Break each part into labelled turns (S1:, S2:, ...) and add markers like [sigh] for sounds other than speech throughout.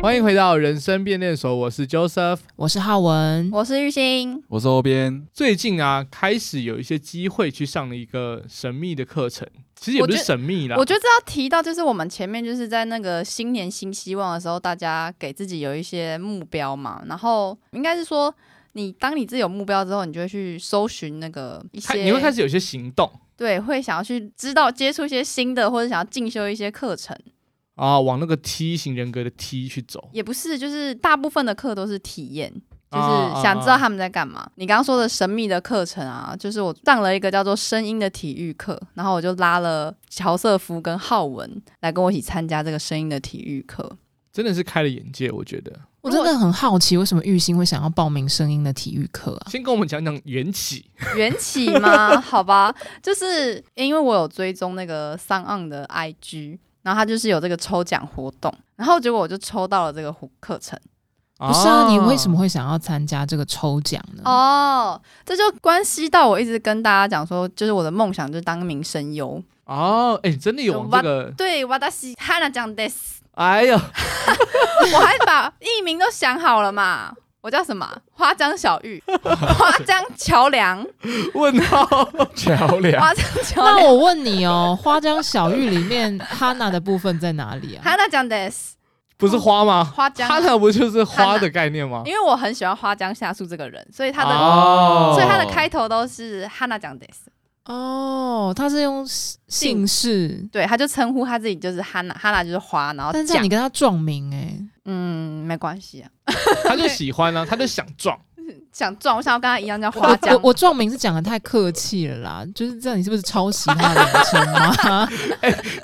S1: 欢迎回到人生变电所，我是 Joseph。
S2: 我是浩文，
S3: 我是玉兴，
S4: 我是欧边，
S1: 最近啊，开始有一些机会去上了一个神秘的课程，其实也
S3: 我
S1: 不是
S3: 觉
S1: 神秘啦
S3: 我，觉得这要提到，就是我们前面就是在那个新年新希望的时候，大家给自己有一些目标嘛，然后应该是说，你当你自己有目标之后，你就会去搜寻那个一
S1: 开
S3: 些，
S1: 你会开始有些行动
S3: 对，会想要去知道接触一些新的，或者想要进修一些课程，
S1: 啊，往那个 T 型人格的 T 去走。
S3: 也不是，就是大部分的课都是体验。就
S1: 啊
S3: 是想知道他们在干嘛。你刚刚说的神秘的课程啊，就是我上了一个叫做声音的体育课，然后我就拉了乔瑟夫跟浩文来跟我一起参加这个声音的体育课。
S1: 真的是开了眼界，我觉得。
S2: 我真
S3: 如
S2: 的很好奇，为什么玉兴会想要报名声音的体育课啊？
S1: 先跟我们讲讲缘起，
S3: 果缘起吗？ [laughs] 好吧，就是因为我有追踪那个上岸的 IG，然后他就是有这个抽奖活动，然后结果我就抽到了这个活课程。
S1: 不
S2: 不是啊，你为什么会想要参加这个抽奖呢？
S3: 哦，这就关系到我一直跟大家讲说，就是我的梦想就是当名声优。
S1: 哦，哎、真的有往这个，
S3: 对，我达西汉娜讲 this。
S1: 哎呦，
S3: [laughs] 我还把艺名都想好了嘛，我叫什么啊？花江小玉，花江桥梁，
S1: 问号
S4: [laughs] 桥梁
S3: 花江
S2: [laughs]
S3: 桥
S2: 那
S3: 梁。
S2: 我问你哦，《花江小玉》里面哈娜的部分在哪里啊？
S3: 他那讲的是，
S1: 不是花吗？
S3: 花江
S1: 哈那不就是花的概念吗？
S3: 因为我很喜欢花江夏树这个人，所以他的、
S1: 哦
S3: 所以他的开头都是哈娜讲的是，
S2: 哦，他是用姓氏，
S3: 对，他就称呼他自己就是哈娜，哈娜就是花，然后
S2: 但是这样
S3: 讲
S2: 你，跟他撞名哎、
S3: 嗯，没关系啊，
S1: 他就喜欢啊，他就想撞。
S3: 想撞，我想要跟他一样叫花
S2: 我
S3: 江
S2: 我，我撞名是讲的太客气了啦，就是这样，你是不是抄袭他的名称
S3: [laughs]
S2: 吗？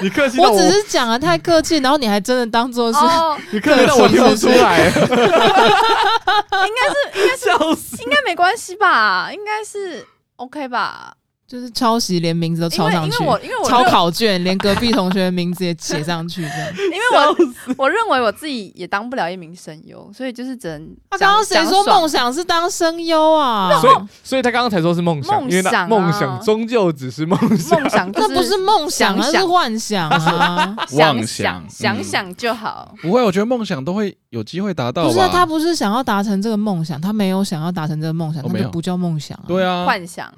S1: 你客气到
S2: 我
S1: 我，
S2: 只是讲的太客气，然后你还真的当做是、
S3: 哦，
S1: 你客气到我听不出来，
S3: 应该是应该是
S1: 笑死。
S3: 应该没关系吧，应该是 OK 吧，
S2: 就是抄袭，连名字都
S3: 因
S2: [laughs] 抄
S3: 为
S2: 上
S3: 因
S2: 去
S3: 为。我因为我
S2: 抄
S3: 认
S2: 考卷，连隔壁同学的名字也写上去，这样。
S3: 因为我我认为我自己也当不了一名声优，所以就是只能
S2: [laughs] 他
S3: 讲
S2: 刚刚谁
S3: 讲
S2: 说
S3: 爽
S2: 梦想是当声优啊？
S1: 所以，所以他刚刚才说是梦想，
S3: 梦想啊
S1: 因为那梦想终究只是梦想。
S3: 梦想就
S2: 那不是梦想啊，
S3: 想
S2: 那
S3: 想
S2: 是幻想
S4: [laughs]
S2: 啊。
S3: 想
S4: 妄想
S3: 想
S4: 嗯
S3: 想想就好。
S4: 不会，我觉得梦想都会有机会达到吧。
S2: 不是啊，他不是想要达成这个梦想，他没有想要达成这个梦想，
S4: 哦
S2: 那
S4: 没
S2: 就
S4: 有
S2: 不叫梦想啊。
S4: 对
S2: 啊，
S4: 啊，
S3: 幻想，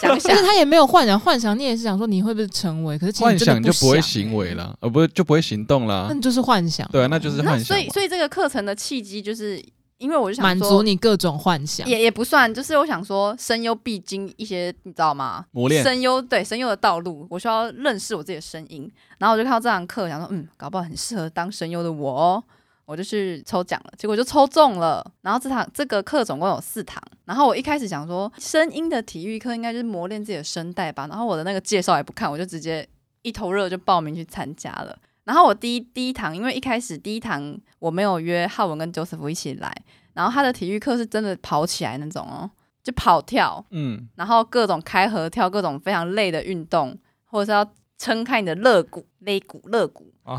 S3: 想
S2: 而
S3: 想
S2: 且他也没有幻想，幻想你也是想说你会不会成为，可是其实
S4: 幻
S2: 你真
S4: 想
S2: 的
S4: 就不会
S2: 想
S4: 行为
S2: 欸，
S4: 了，呃，不是就不会行动啦
S2: 那。你就是幻想，
S4: 对啊，那就是
S3: 那
S4: 幻
S3: 所
S4: 想嘛。
S3: 以所以这个课程的契机就是因为我就想
S2: 满
S3: 说
S2: 足你各种幻想。
S3: 也也不算，就是我想说声优必经一些你知道吗？
S4: 磨练
S3: 声优对声优的道路，我需要认识我自己的声音。然后我就看到这堂课，想说嗯，搞不好很适合当声优的我哦。我就去抽奖了，结果就抽中了。然后这堂这个课总共有四堂，然后我一开始想说声音的体育课应该就是磨练自己的声带吧，然后我的那个介绍也不看，我就直接一头热就报名去参加了。然后我第一第一堂，因为一开始第一堂我没有约浩文跟 Joseph 一起来，然后他的体育课是真的跑起来那种哦，就跑跳，
S4: 嗯，
S3: 然后各种开合跳，各种非常累的运动，或者是要撑开你的肋骨、肋骨、肋骨
S1: 啊，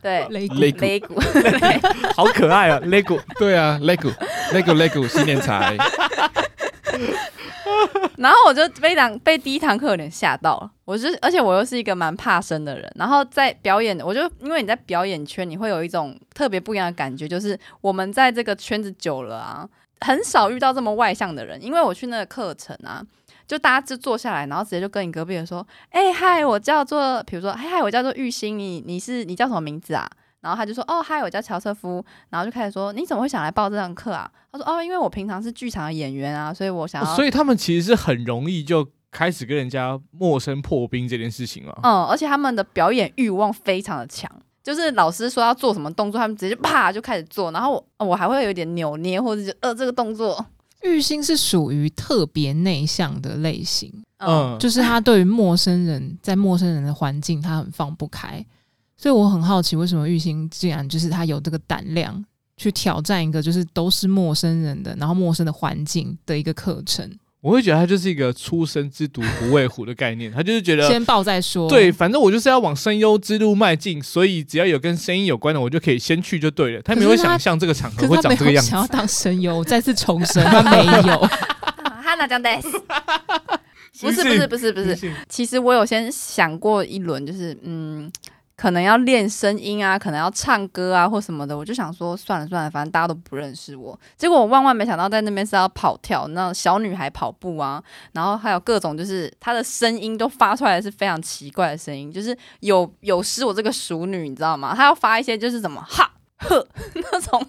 S3: 对，
S2: 雷
S4: 哦肋骨
S3: 肋骨， [laughs] 对
S1: [laughs] 好可爱啊，LEGO
S4: 对啊，lego [laughs] lego lego 新年
S2: [laughs]
S4: 财，
S3: [laughs] 然后我就被两被第一堂课有点吓到了，我就是而且我又是一个蛮怕生的人，然后在表演，我就因为你在表演圈，你会有一种特别不一样的感觉，就是我们在这个圈子久了啊，很少遇到这么外向的人，因为我去那个课程啊。就大家就坐下来，然后直接就跟你隔壁人说：“哎、嗨，我叫做，比如说，嗨嗨，我叫做玉兴，你你是你叫什么名字啊？”然后他就说：“哦，嗨，我叫乔瑟夫。”然后就开始说：“你怎么会想来报这堂课啊？”他说：“哦，因为我平常是剧场的演员啊，所以我想要……
S1: 所以他们其实是很容易就开始跟人家陌生破冰这件事情嘛。
S3: 嗯，而且他们的表演欲望非常的强，就是老师说要做什么动作，他们直接啪就开始做，然后我呃我还会有一点扭捏，或者是呃这个动作，
S2: 玉兴是属于特别内向的类型，
S3: 嗯，
S1: 嗯，
S2: 就是他对于陌生人，在陌生人的环境，他很放不开。所以我很好奇，为什么玉兴竟然就是他有这个胆量去挑战一个就是都是陌生人的，然后陌生的环境的一个课程，
S1: 我会觉得他就是一个初生之犊不畏虎的概念，他就是觉得。
S2: 先报再说。
S1: 对，，反正我就是要往声优之路迈进，所以只要有跟声音有关的，我就可以先去就对了。他没有
S2: 可是他
S1: 想象这个场
S2: 可
S1: 合会
S2: 是
S1: 长
S2: 他
S1: 这个
S2: 没有
S1: 样子
S2: 想，要当声优，我再次重申，他没
S1: [laughs]
S2: 有。
S3: 啊哈娜讲的，
S4: [laughs]
S3: 不
S1: 不
S3: 是不是不是不
S1: 不
S3: 是，其实我有先想过一轮，就是嗯，可能要练声音啊，可能要唱歌啊或什么的，我就想说算了算了，反正大家都不认识我。结果我万万没想到在那边是要跑跳，那小女孩跑步啊，然后还有各种就是她的声音都发出来是非常奇怪的声音，就是有有失我这个熟女，你知道吗？她要发一些就是怎么哈呵 [laughs] 那种，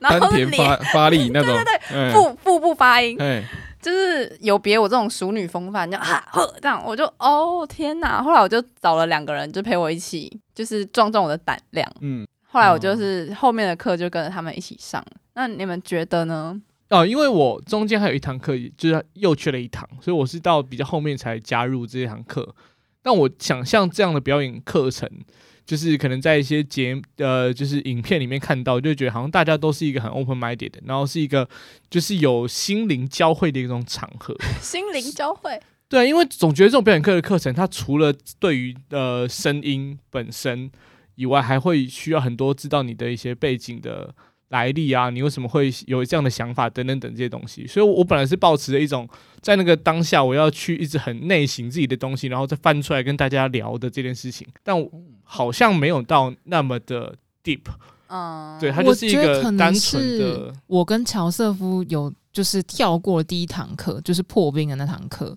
S3: 然
S4: 丹
S3: 后是
S4: 田发嗯
S3: 脸
S4: 发力那种，对
S3: 腹腹部发音，
S4: 哎，
S3: 就是有别我这种熟女风范，就啊呵这样，我就哦天哪！后来我就找了两个人，就陪我一起，就是壮壮我的胆量。
S4: 嗯，
S3: 后来我就是后面的课就跟着他们一起上了。那你们觉得呢？
S1: 哦，因为我中间还有一堂课，就是又缺了一堂，所以我是到比较后面才加入这堂课。但我想像这样的表演课程，就是可能在一些节呃，就是影片里面看到，就会觉得好像大家都是一个很 open minded 的，然后是一个就是有心灵交汇的一种场合。
S3: 心灵交汇，
S1: 对啊，因为总觉得这种表演课的课程，它除了对于呃声音本身以外，还会需要很多知道你的一些背景的来历啊，你为什么会有这样的想法等等等这些东西。所以我我本来是抱持着一种在那个当下我要去一直很内省自己的东西，然后再翻出来跟大家聊的这件事情，但我好像没有到那么的 deep，
S3: 嗯，
S1: 对，它
S2: 哦
S1: 就
S2: 我
S1: 是一
S2: 觉得
S1: 个
S2: 可能
S1: 单纯
S2: 是
S1: 的。
S2: 我跟乔瑟夫有就是跳过第一堂课，就是破冰的那堂课，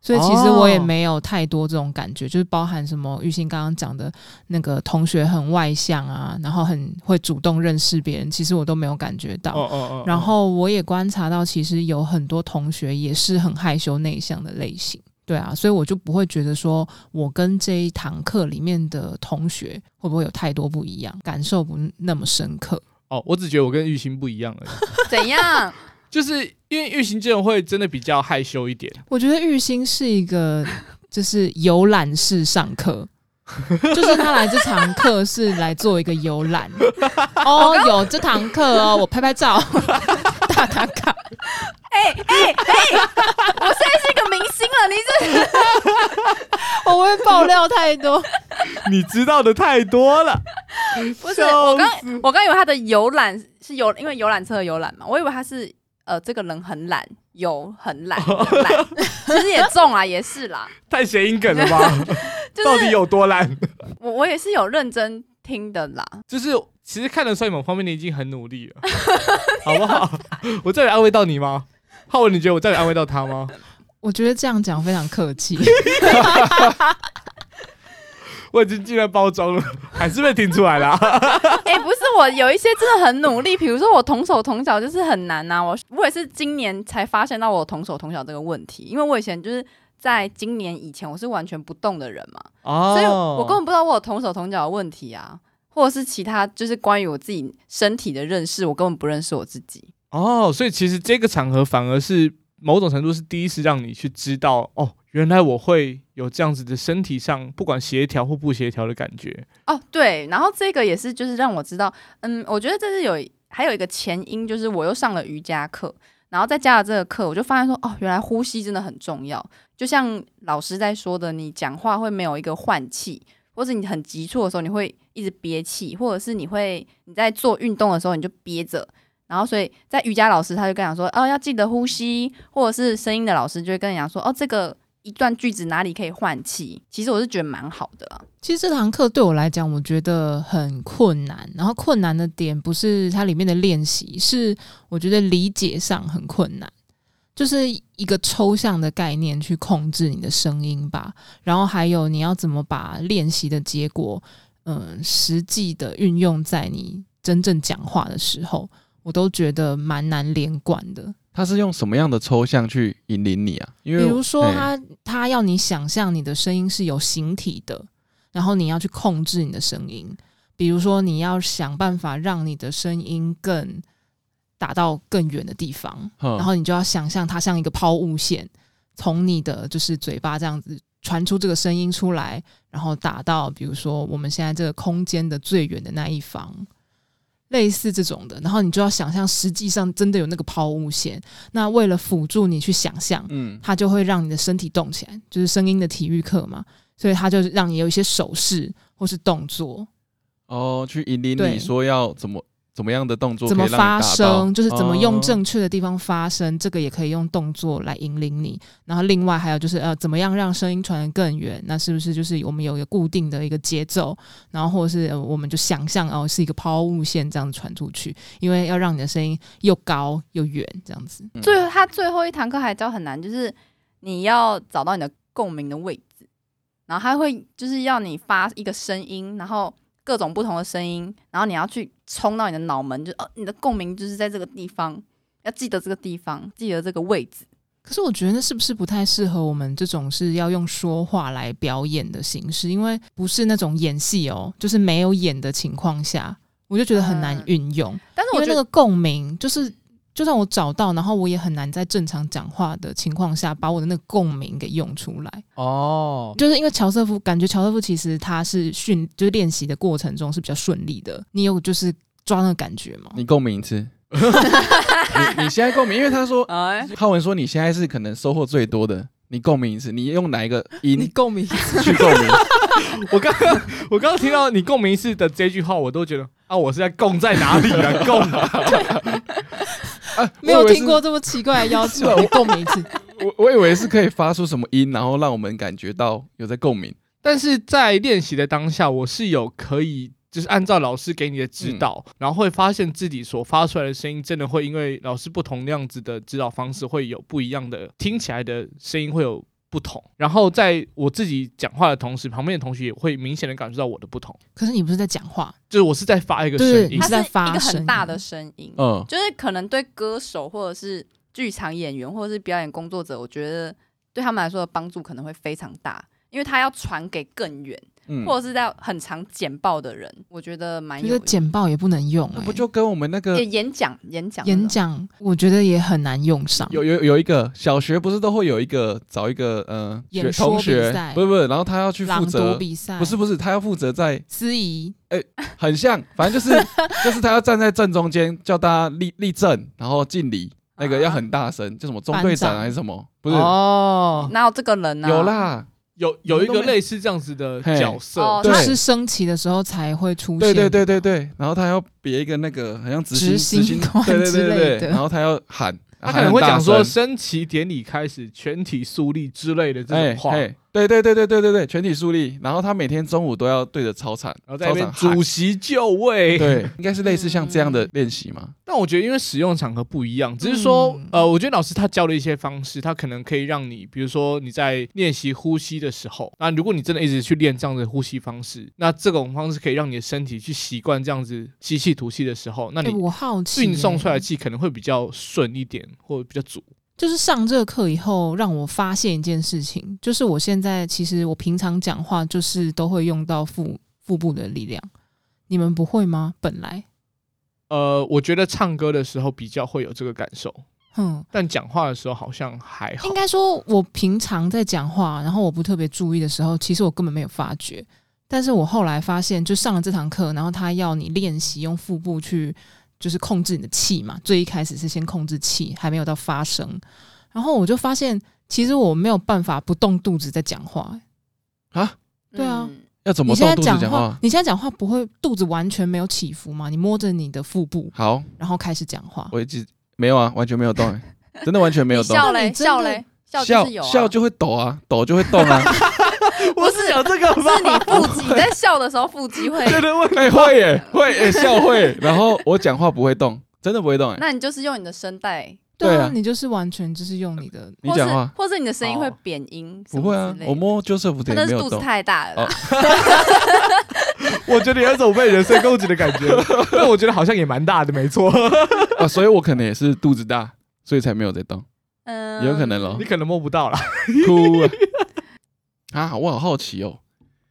S2: 所以其实我也
S1: 哦
S2: 没有太多这种感觉，就是包含什么玉兴刚刚讲的那个同学很外向啊，然后很会主动认识别人，其实我都没有感觉到。
S1: 哦哦哦，
S2: 然后我也观察到，其实有很多同学也是很害羞内向的类型，对啊，所以我就不会觉得说我跟这一堂课里面的同学会不会有太多不一样，感受不那么深刻。
S1: 哦，我只觉得我跟玉兴不一样而已。
S3: 怎 [laughs] 样？
S1: 就是因为玉行这种会真的比较害羞一点，
S2: 我觉得玉兴是一个 [laughs] 就是游览式上课。就是他来这堂课是来做一个游 [laughs] 览哦，有这堂课哦，我拍拍 [laughs] 照，打打卡，
S3: 哎哎哎！我现在是一个明星了，你这
S2: 我会爆料太多。
S1: [laughs] 你知道的太多了。
S3: [laughs] 不是我刚我刚以为他的游览是游，因为游览车的游览嘛，我以为他是呃这个人很懒，游很懒，游懒，其实也中啊，也是啦，
S1: 太谐音梗了吧？
S3: [laughs] 就是
S1: 到底有多烂？
S3: 我我也是有认真听的啦，
S1: 就是其实看得出来某方面你已经很努
S3: [laughs]
S1: 力了，好不好？我这里安慰到你吗？浩文，你觉得我这里安慰到他吗？
S2: 我觉得这样讲非常客气。
S1: 我已经尽量包装了，还是被听出来啦。
S3: [laughs] 哎、不是我有一些真的很努力，比如说我同手同脚就是很难呐、我我也是今年才发现到我同手同脚这个问题，因为我以前就是在今年以前我是完全不动的人嘛，
S1: 哦
S3: 所以我根本不知道我有同手同脚的问题啊，或者是其他就是关于我自己身体的认识，我根本不认识我自己。
S1: 哦，所以其实这个场合反而是某种程度是第一次让你去知道哦，原来我会有这样子的身体上不管协调或不协调的感觉。
S3: 哦，对，然后这个也是，就是让我知道，嗯，我觉得这是有还有一个前因，就是我又上了瑜伽课，然后再加了这个课，我就发现说，哦，原来呼吸真的很重要。就像老师在说的，你讲话会没有一个换气，或者你很急促的时候，你会一直憋气，或者是你会你在做运动的时候你就憋着。然后，所以在瑜伽老师他就跟你讲说，哦，要记得呼吸，或者是声音的老师就会跟你讲说，哦，这个一段句子哪里可以换气。其实我是觉得蛮好的啊啦，
S2: 其实这堂课对我来讲，我觉得很困难。然后困难的点不是它里面的练习，是我觉得理解上很困难，就是一个抽象的概念去控制你的声音吧。然后还有你要怎么把练习的结果，嗯、实际的运用在你真正讲话的时候，我都觉得蛮难连贯的。
S4: 他是用什么样的抽象去引领你啊？因为
S2: 比如说
S4: 哎
S2: 他、他要你想象你的声音是有形体的，然后你要去控制你的声音。比如说你要想办法让你的声音更打到更远的地方，
S4: 哼
S2: 然后你就要想象它像一个抛物线，从你的就是嘴巴这样子传出这个声音出来，然后打到比如说我们现在这个空间的最远的那一方。类似这种的，然后你就要想象，实际上真的有那个抛物线。那为了辅助你去想象，
S4: 嗯，
S2: 它就会让你的身体动起来，就是声音的体育课嘛，所以它就让你有一些手势或是动作。
S4: 哦，去引领
S2: 对
S4: 你说要怎么怎么样的动作
S2: 怎么
S4: 可以让你
S2: 发
S4: 达到
S2: 声，就是怎么用
S4: 哦
S2: 正确的地方发声，这个也可以用动作来引领你。然后另外还有就是呃，怎么样让声音传得更远？那是不是就是我们有一个固定的一个节奏，然后或者是、呃我们就想象哦是一个抛物线这样传出去，因为要让你的声音又高又远这样子。
S4: 嗯
S3: 最后他最后一堂课还教很难，就是你要找到你的共鸣的位置，然后他会就是要你发一个声音，然后各种不同的声音，然后你要去冲到你的脑门，就哦你的共鸣就是在这个地方，要记得这个地方，记得这个位置。
S2: 可是我觉得那是不是不太适合我们这种是要用说话来表演的形式？因为不是那种演戏哦，就是没有演的情况下，我就觉得很难
S3: 嗯
S2: 运用。
S3: 但是
S2: 因
S3: 我
S2: 为
S3: 觉
S2: 那
S3: 得
S2: 个共鸣，就是就算我找到，然后我也很难在正常讲话的情况下把我的那个共鸣给用出来。
S1: 哦，
S2: 就是因为乔瑟夫，感觉乔瑟夫其实他是训，就是练习的过程中是比较顺利的。你有就是抓那个感觉吗？
S4: 你共鸣一次。你你现在共鸣，因为他说
S3: 哎，
S4: 浩文说你现在是可能收获最多的，你共鸣一次，你用哪一个音
S2: 共鸣， [laughs]
S4: 去共鸣？
S1: [laughs] 我刚刚我刚刚听到你共鸣式的这句话，我都觉得啊，我是在共在哪里
S4: [laughs]
S1: 啊？共
S4: 啊
S2: 没有
S4: 我以为是
S2: 听过这么奇怪的要求
S4: 是啊。我
S2: 你共鸣一次，
S4: 我我以为是可以发出什么音，然后让我们感觉到有在共鸣。
S1: 但是在练习的当下，我是有可以就是按照老师给你的指导，
S4: 嗯
S1: 然后会发现自己所发出来的声音，真的会因为老师不同那样子的指导方式，会有不一样的听起来的声音会有。不同，然后在我自己讲话的同时，旁边的同学也会明显的感受到我的不同，
S2: 可是你不是在讲话，
S1: 就是我是在发一个
S2: 对
S1: 声音
S2: 你
S3: 它
S2: 是在
S3: 是一
S2: 发
S3: 个
S2: 声
S3: 很大的声音，
S4: 嗯，
S3: 就是可能对歌手或者是剧场演员或者是表演工作者，我觉得对他们来说的帮助可能会非常大，因为他要传给更远。
S4: 嗯
S3: 或者是在很常简报的人，我觉得蛮
S2: 觉
S3: 有
S2: 得简报也不能用、
S4: 那
S2: 欸
S4: 不就跟我们那个
S3: 也演讲演讲
S2: 演
S3: 那种
S2: 讲，我觉得也很难用上。
S4: 有有有一个小学不是都会有一个找一个呃
S2: 演
S4: 学
S2: 说
S4: 同学
S2: 比赛，
S4: 不是不是，然后他要去负
S2: 朗读
S4: 责，
S2: 比赛
S4: 不是不是，他要负责在
S2: 司仪，
S4: 很像，反正就是就是他要站在正中间，叫大家立立正，然后敬礼，那个
S3: 啊
S4: 要很大声，叫什么中队
S2: 班
S4: 长
S2: 长
S4: 还是什么？不是，
S1: 哦，
S3: 哪有这个人啊呢、
S4: 有，啦，
S1: 有有一
S4: 嗯你
S1: 个
S4: 们都没
S1: 类似这样子的
S4: 嘿
S1: 角色，
S3: 哦
S2: 就
S4: 对
S2: 是升旗的时候才会出现。欸
S4: 对对对对对，然后他要别一个那个好像执行
S2: 执行官
S4: 对对
S2: 之
S4: 对
S2: 类
S4: 对
S2: 的
S4: 对，然后他要喊，
S1: 他可能会讲说
S4: 喊很大声
S1: 升旗典礼开始，全体肃立之类的这
S4: 哎
S1: 种话，
S4: 哎，对对对对对对对，全体肃立，然后他每天中午都要对着操场，
S1: 然后在那
S4: 操
S1: 边
S4: 场喊
S1: 主席就位。
S4: 对，应该是类似像这样的练习嘛。
S1: [laughs] 但我觉得因为使用场合不一样，只是说，
S2: 嗯
S1: 呃，我觉得老师他教的一些方式，他可能可以让你，比如说你在练习呼吸的时候，那如果你真的一直去练这样的呼吸方式，那这种方式可以让你的身体去习惯这样子吸气吐气的时候，那
S2: 哎，
S1: 你
S2: 我好奇、
S1: 运送出来的气可能会比较顺一点，或者比较足。
S2: 就是上这个课以后，让我发现一件事情，就是我现在其实我平常讲话就是都会用到腹腹部的力量，你们不会吗？本来，
S1: 呃，我觉得唱歌的时候比较会有这个感受，
S2: 哼，
S1: 但讲话的时候好像还好
S2: 应。该说我平常在讲话，然后我不特别注意的时候，其实我根本没有发觉。但是我后来发现，就上了这堂课，然后他要你练习用腹部去，就是控制你的气嘛。最一开始是先控制气，还没有到发声。然后我就发现，其实我没有办法不动肚子在讲话、欸对啊
S3: 嗯
S4: 要怎
S2: 你
S4: 么
S2: 现
S4: 动
S2: 在
S4: 肚子讲
S2: 话
S4: 话？，
S2: 你现在讲话不会肚子完全没有起伏吗？你摸着你的腹部，
S4: 好，
S2: 然后开始讲话。
S4: 我一直没有啊，完全没有动、欸，真的完全没有
S3: 你
S4: 动。
S3: 笑
S2: 那你真
S3: 嘞
S2: 的
S3: 笑嘞笑就
S4: 笑
S3: 是有、啊、
S4: 笑就会抖啊，抖就会动
S1: [laughs]
S4: 啊。
S3: 不是
S1: 讲这个
S3: 不是你腹
S4: [laughs]
S3: 肌你在笑的时候腹肌会，
S1: 对问
S4: 哎、会耶、会耶、笑会。然后我讲话不会动，真的不会动、欸。
S3: 那你就是用你的声带，
S2: 对
S4: 对
S2: 啊，
S4: 啊
S2: 你就是完全就是用你的，
S4: 你讲话
S3: 或是或是你的声音会
S1: 哦
S3: 扁音什
S4: 不
S3: 么
S4: 会啊
S3: 之类，的
S4: 我摸 Joseph
S3: 他
S4: 的也
S3: 那
S4: 没
S3: 是
S4: 有
S3: 肚子
S4: 动。
S3: 太大了啦
S4: 哦
S1: 我觉得有一种被人身攻击的感 [laughs] 觉，但我觉得好像也蛮大的，没错。
S4: 啊，所以我可能也是肚子大，所以才没有在动，
S3: 嗯，
S4: 也有可能
S1: [laughs]
S4: 咯
S1: 你可能摸不到啦。
S4: 哭
S3: [laughs]
S4: 啊！啊，我好好奇哦，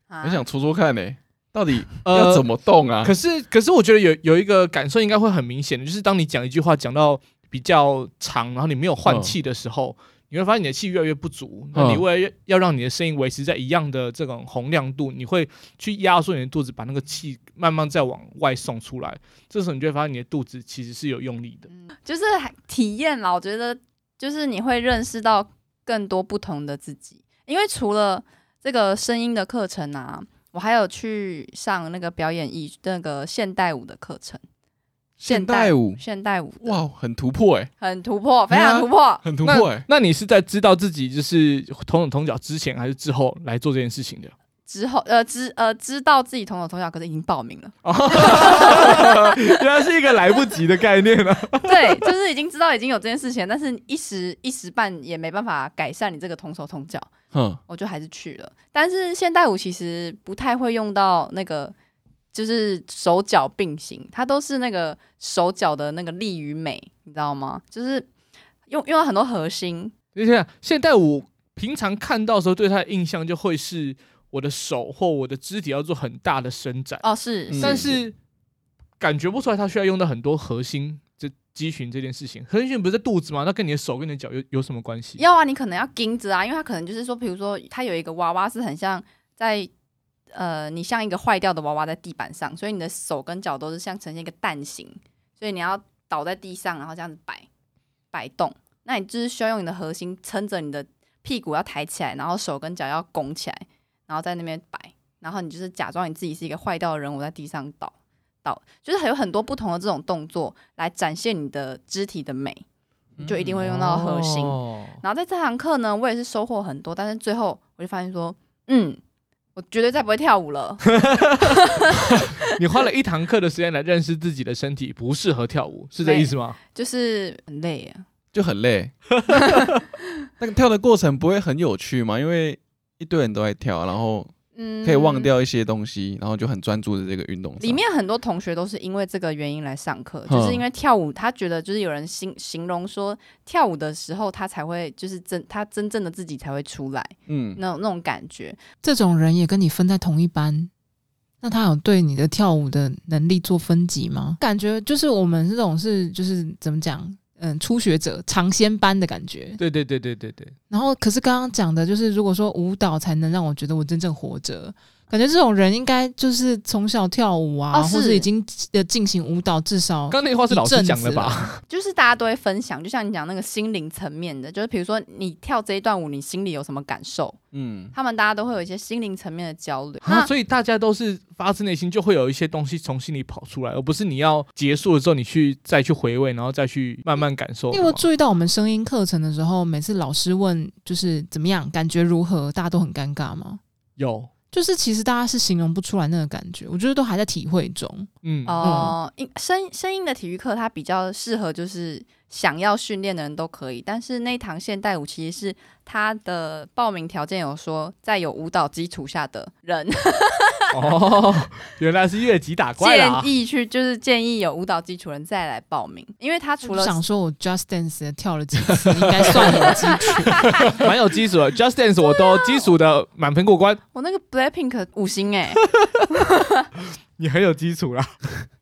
S3: 啊。
S4: 很想戳戳看呢、欸到底
S1: 呃
S4: 要怎么动啊？
S1: 可是，可是我觉得有有一个感受应该会很明显的，就是当你讲一句话讲到比较长，然后你没有换气的时候，你会发现你的气越来越不足。那你为了要让你的声音维持在一样的这种洪亮度，你会去压缩你的肚子，把那个气慢慢再往外送出来。这时候你就会发现你的肚子其实是有用力的。
S3: 就是体验啦。我觉得就是你会认识到更多不同的自己，因为除了这个声音的课程啊，我还有去上那个表演艺那个现代舞的课程，
S4: 现代舞，
S3: 现代舞哇，
S4: 哇，很突破哎、
S3: 很突破，非常突破。
S4: 很突
S1: 那
S4: 破哎、
S1: 那你是在知道自己就是同手同脚之前还是之后来做这件事情的？
S3: 之后呃知呃知道自己同手同啊脚，可是已经报名
S4: [laughs]
S3: 了，
S1: [laughs] 原来是一个来不及的概念 [laughs] 啊！
S3: 对，就是已经知道已经有这件事情，但是一时一时半也没办法改善你这个同手同脚，
S4: 哼，
S3: 我就还是去了。但是现代舞其实不太会用到那个。就是手脚并行，它都是那个手脚的那个力与美，你知道吗？就是用用到很多核心，
S1: 你想，现代舞平常看到的时候，对它的印象就会是我的手或我的肢体要做很大的伸展，
S3: 哦，是，
S4: 嗯
S1: 但是感觉不出来它需要用到很多核心这肌群这件事情。核心肌群不是在肚子吗？那跟你的手跟你的脚有有什么关系？
S3: 要啊，你可能要盯着啊，因为它可能就是说，比如说它有一个娃娃是很像在呃，你像一个坏掉的娃娃在地板上，所以你的手跟脚都是像呈现一个蛋形，所以你要倒在地上，然后这样子摆摆动。那你就是需要用你的核心撑着你的屁股要抬起来，然后手跟脚要拱起来，然后在那边摆，然后你就是假装你自己是一个坏掉的人物在地上倒倒，就是还有很多不同的这种动作来展现你的肢体的美，你就一定会用到核心。
S1: 哦
S3: 然后在这堂课呢，我也是收获很多，但是最后我就发现说，嗯，我绝对再不会跳舞
S4: [laughs]
S3: 了。
S1: 你花了一堂课的时间来认识自己的身体不适合跳舞，是这
S3: 对
S1: 意思吗？
S3: 就是很累啊。
S4: 就
S3: [laughs]
S4: 很累。那个跳的过程不会很有趣吗？因为一堆人都在跳，然后
S3: 嗯，
S4: 可以忘。掉一些东西，然后就很专注的这个运动上。
S3: 里面很多同学都是因为这个原因来上课，
S4: 嗯
S3: 就是因为跳舞，他觉得就是有人形形容说跳舞的时候，他才会就是真他真正的自己才会出来，
S4: 嗯，
S3: 那种那种感觉。
S2: 这种人也跟你分在同一班，那他有对你的跳舞的能力做分级吗？感觉就是我们这种是就是怎么讲，嗯，初学者尝鲜班的感觉。
S1: 对对对对对对，
S2: 然后，可是刚刚讲的就是，如果说舞蹈才能让我觉得我真正活着，感觉这种人应该就是从小跳舞啊，
S3: 哦是
S2: 或者已经呃进行舞蹈至少
S1: 刚那句话是老师讲的
S2: 一阵
S1: 吧？
S3: 就是大家都会分享，就像你讲那个心灵层面的，就是比如说你跳这一段舞，你心里有什么感受，
S4: 嗯，
S3: 他们大家都会有一些心灵层面的交流。
S1: 啊，所以大家都是发自内心，就会有一些东西从心里跑出来，而不是你要结束了之后，你去再去回味，然后再去慢慢感受。
S2: 因为我注意到我们声音课程的时候，每次老师问就是怎么样，感觉如何，大家都很尴尬吗？
S1: 有，
S2: 就是其实大家是形容不出来那个感觉，我觉得都还在体会中。
S1: 嗯，
S3: 哦，音声声音的体育课它比较适合就是想要训练的人都可以，但是那一堂现代舞其实是它的报名条件有说在有舞蹈基础下的
S1: [laughs]
S3: 人
S1: 哦，原来是越级打怪啦
S3: 建。议去就是建议有舞蹈基础人再来报名，因为它除
S2: 我
S3: 了
S2: 就想说，我 Just Dance 也跳了几次，应该算有基础。
S1: 蛮有基础的。Just Dance 我都基础的满分过关，
S3: 我那个 Blackpink 五星哎、
S1: [laughs] 你很有基础啦。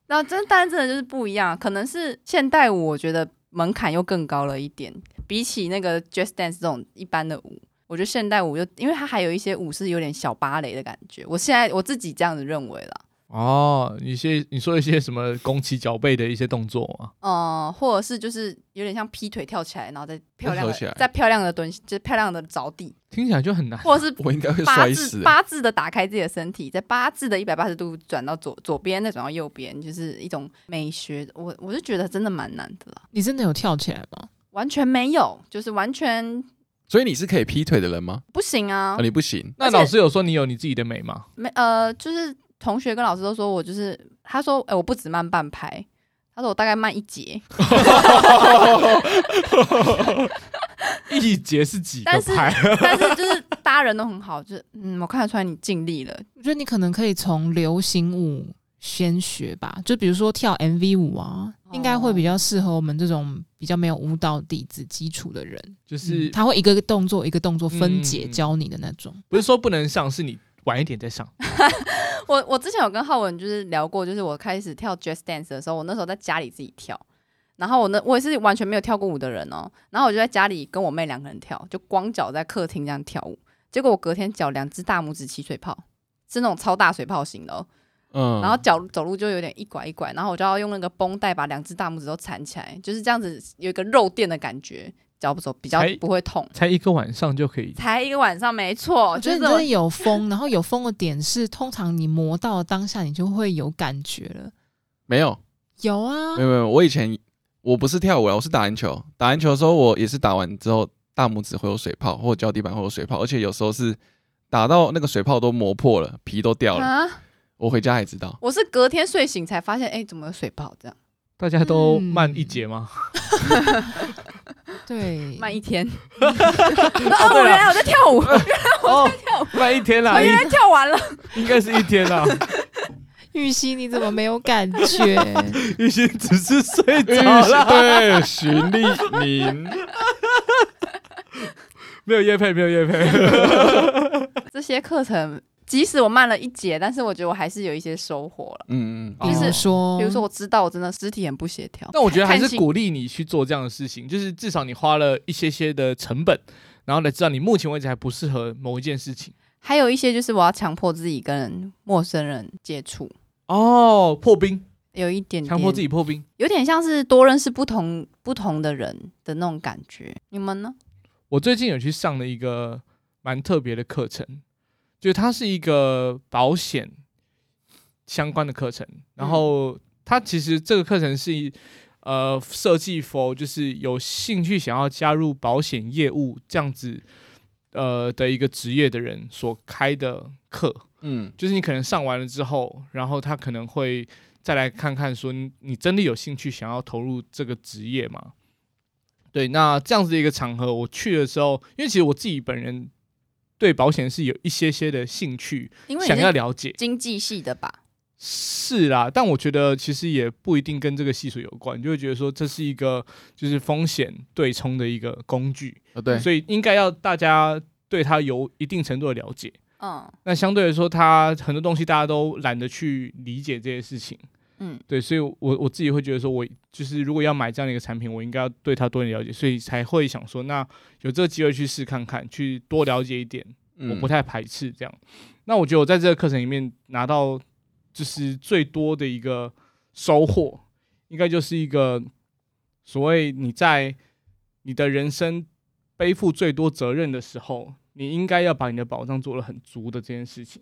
S3: 然后真但真的就是不一样，可能是现代舞，我觉得门槛又更高了一点，比起那个 Just Dance 这种一般的舞，我觉得现代舞就因为它还有一些舞是有点小芭蕾的感觉，我现在我自己这样子认为啦，
S1: 哦，一些你说一些什么拱起脚背的一些动作吗？
S3: 嗯、或者是就是有点像劈腿跳起来，然后再漂亮
S4: 再跳起来
S3: 的再漂亮的蹲，就是漂亮的着地，
S1: 听起来就很难。
S3: 或者是
S4: [laughs] 我应该会
S3: 八
S4: 摔
S3: 字
S4: 死。欸
S3: 八字的打开自己的身体，在八字的一百八十度转到左左边，再转到右边，就是一种美学，我我就觉得真的蛮难的啦。
S2: 你真的有跳起来吗？
S3: 完全没有，就是完全
S4: 所以你是可以劈腿的人吗？
S3: 不行啊
S4: 啊，，你不行。
S1: 那老师有说你有你自己的美吗？
S3: 没呃，就是同学跟老师都说我就是，他说哎、我不止慢半拍，他说我大概慢一节，
S1: 一节是几个
S3: 但是
S1: 拍？
S3: 但是就是大家人都很好，就是嗯，我看得出来你尽力了，
S2: 我觉得你可能可以从流行舞先学吧，就比如说跳 MV 舞啊，
S3: 哦
S2: 应该会比较适合我们这种比较没有舞蹈底子基础的人。
S1: [laughs] 就是
S2: 嗯他会一个动作一个动作分解
S1: 嗯
S2: 教你的那种。
S1: 不是说不能上，是你晚一点再上。
S3: 我我之前有跟浩文就是聊过，就是我开始跳 Just Dance 的时候，我那时候在家里自己跳，然后我那我也是完全没有跳过舞的人哦，然后我就在家里跟我妹两个人跳，就光脚在客厅这样跳舞，结果我隔天脚两只大拇指起水泡，是那种超大水泡型的哦，
S4: 嗯，
S3: 然后脚走路就有点一拐一拐，然后我就要用那个绷带把两只大拇指都缠起来，就是这样子有一个肉垫的感觉，脚不走比较
S1: 才
S3: 不会痛。
S1: 才一个晚上就可以，
S3: 才一个晚上，没错，
S2: 我
S3: 哦
S2: 觉得
S3: 就是
S2: 你真的
S3: 我
S2: 有风，然后有风的点是，通常你磨到当下，你就会有感觉了。
S4: 没有，
S2: 有啊
S4: 没，有没有，我以前我不是跳舞啊，我是打篮球。打篮球的时候，我也是打完之后大拇指会有水泡，或者脚底板会有水泡，而且有时候是打到那个水泡都磨破了，皮都掉了。
S3: 啊！
S4: 我回家还知道，
S3: 我是隔天睡醒才发现，哎、怎么有水泡？这样
S1: 大家都
S2: 嗯
S1: 慢一截吗？
S2: 对，
S3: 慢一 [laughs] 天。哦，我原来我在跳舞，
S1: 哦，慢一天啦
S3: 我，原来跳完了。
S1: 应应该是一天 [laughs] 啦。
S2: 玉溪你怎么没有感
S4: [laughs]
S2: 觉？
S1: 玉鑫只是睡着了，
S4: 对，徐立宁，
S1: 没有夜配，没有夜配。
S3: 这些课程，即使我慢了一节，但是我觉得我还是有一些收获了。
S4: 嗯嗯
S1: [laughs] 就
S2: 比
S1: 是
S2: 如说，
S3: 比如说，我知道我真的肢体很不协调，
S1: 但哦我觉得还是
S3: 看性
S1: 鼓励你去做这样的事情，就是至少你花了一些些的成本，然后来知道你目前为止还不适合某一件事情。
S3: 还有一些就是我要强迫自己跟陌生人接触，
S1: 哦，破冰，
S3: 有一点点
S1: 强迫自己破冰。
S3: 有点像是多认识不同不同的人的那种感觉。你们呢？
S1: 我最近有去上了一个蛮特别的课程，就是它是一个保险相关的课程，然后它其实这个课程是以呃设计 for 就是有兴趣想要加入保险业务这样子呃的一个职业的人所开的课，
S4: 嗯
S1: 就是你可能上完了之后，然后他可能会再来看看说你你真的有兴趣想要投入这个职业吗？对，那这样子的一个场合，我去的时候，因为其实我自己本人对保险是有一些些的兴趣，
S3: 因为
S1: 想
S3: 你
S1: 要
S3: 是
S1: 了解。
S3: 经济系的吧？
S1: 是啦，但我觉得其实也不一定跟这个系数有关，你就会觉得说这是一个就是风险对冲的一个工具，
S4: 嗯，对，
S1: 所以应该要大家对它有一定程度的了解。
S3: 嗯
S1: 那相对来说，它很多东西大家都懒得去理解这些事情，
S3: 嗯，
S1: 对，所以我我自己会觉得说我，就是如果要买这样的一个产品，我应该要对它多点了解，所以才会想说，那有这个机会去试看看，去多了解一点，
S4: 嗯
S1: 我不太排斥这样。那我觉得我在这个课程里面拿到就是最多的一个收获，应该就是一个所谓你在你的人生背负最多责任的时候，你应该要把你的保障做得很足的这件事情。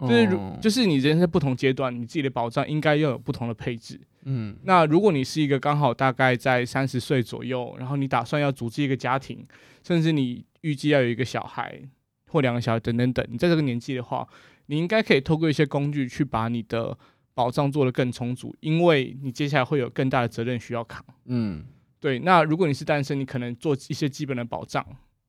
S1: 就是如
S4: 哦
S1: 就是你人生不同阶段，你自己的保障应该要有不同的配置。
S4: 嗯
S1: 那如果你是一个刚好大概在三十岁左右，然后你打算要组织一个家庭，甚至你预计要有一个小孩或两个小孩等等等，你在这个年纪的话，你应该可以透过一些工具去把你的保障做得更充足，因为你接下来会有更大的责任需要扛。
S4: 嗯
S1: 对，那如果你是单身，你可能做一些基本的保障，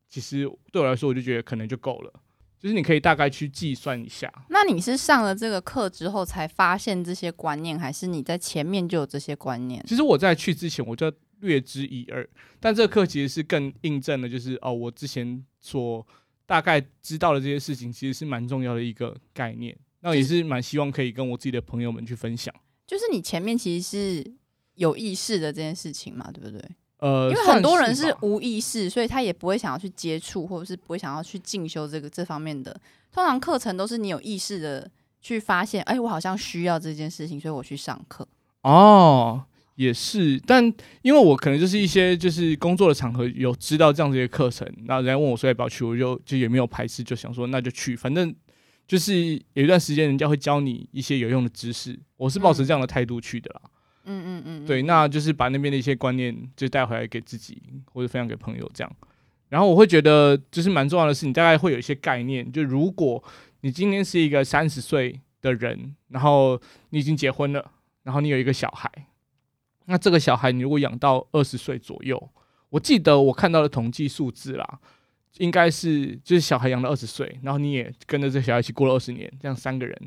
S1: 其实对我来说，我就觉得可能就够了。就是你可以大概去计算一下，
S3: 那你是上了这个课之后才发现这些观念，还是你在前面就有这些观念？
S1: 其实我在去之前我就略知一二，但这个课其实是更印证了，就是哦，我之前所大概知道的这些事情，其实是蛮重要的一个概念。那也是蛮希望可以跟我自己的朋友们去分享。
S3: 就是你前面其实是有意识的这件事情嘛，对不对？
S1: 呃，
S3: 因为很多人
S1: 算
S3: 是
S1: 吧
S3: 无意识，所以他也不会想要去接触，或者是不会想要去进修这个这方面的。通常课程都是你有意识的去发现，哎，我好像需要这件事情，所以我去上课。
S1: 哦，也是，但因为我可能就是一些就是工作的场合有知道这样子的课程，那人家问我说要不要去，我就就也没有排斥，就想说那就去，反正就是有一段时间人家会教你一些有用的知识，我是抱持这样的态度去的啦。
S3: 嗯嗯嗯，
S1: 对，那就是把那边的一些观念就带回来给自己，或者分享给朋友这样。然后我会觉得，就是蛮重要的是，你大概会有一些概念。就如果你今天是一个三十岁的人，然后你已经结婚了，然后你有一个小孩，那这个小孩你如果养到二十岁左右，我记得我看到的统计数字啦，应该是就是小孩养到二十岁，然后你也跟着这小孩一起过了二十年，这样三个人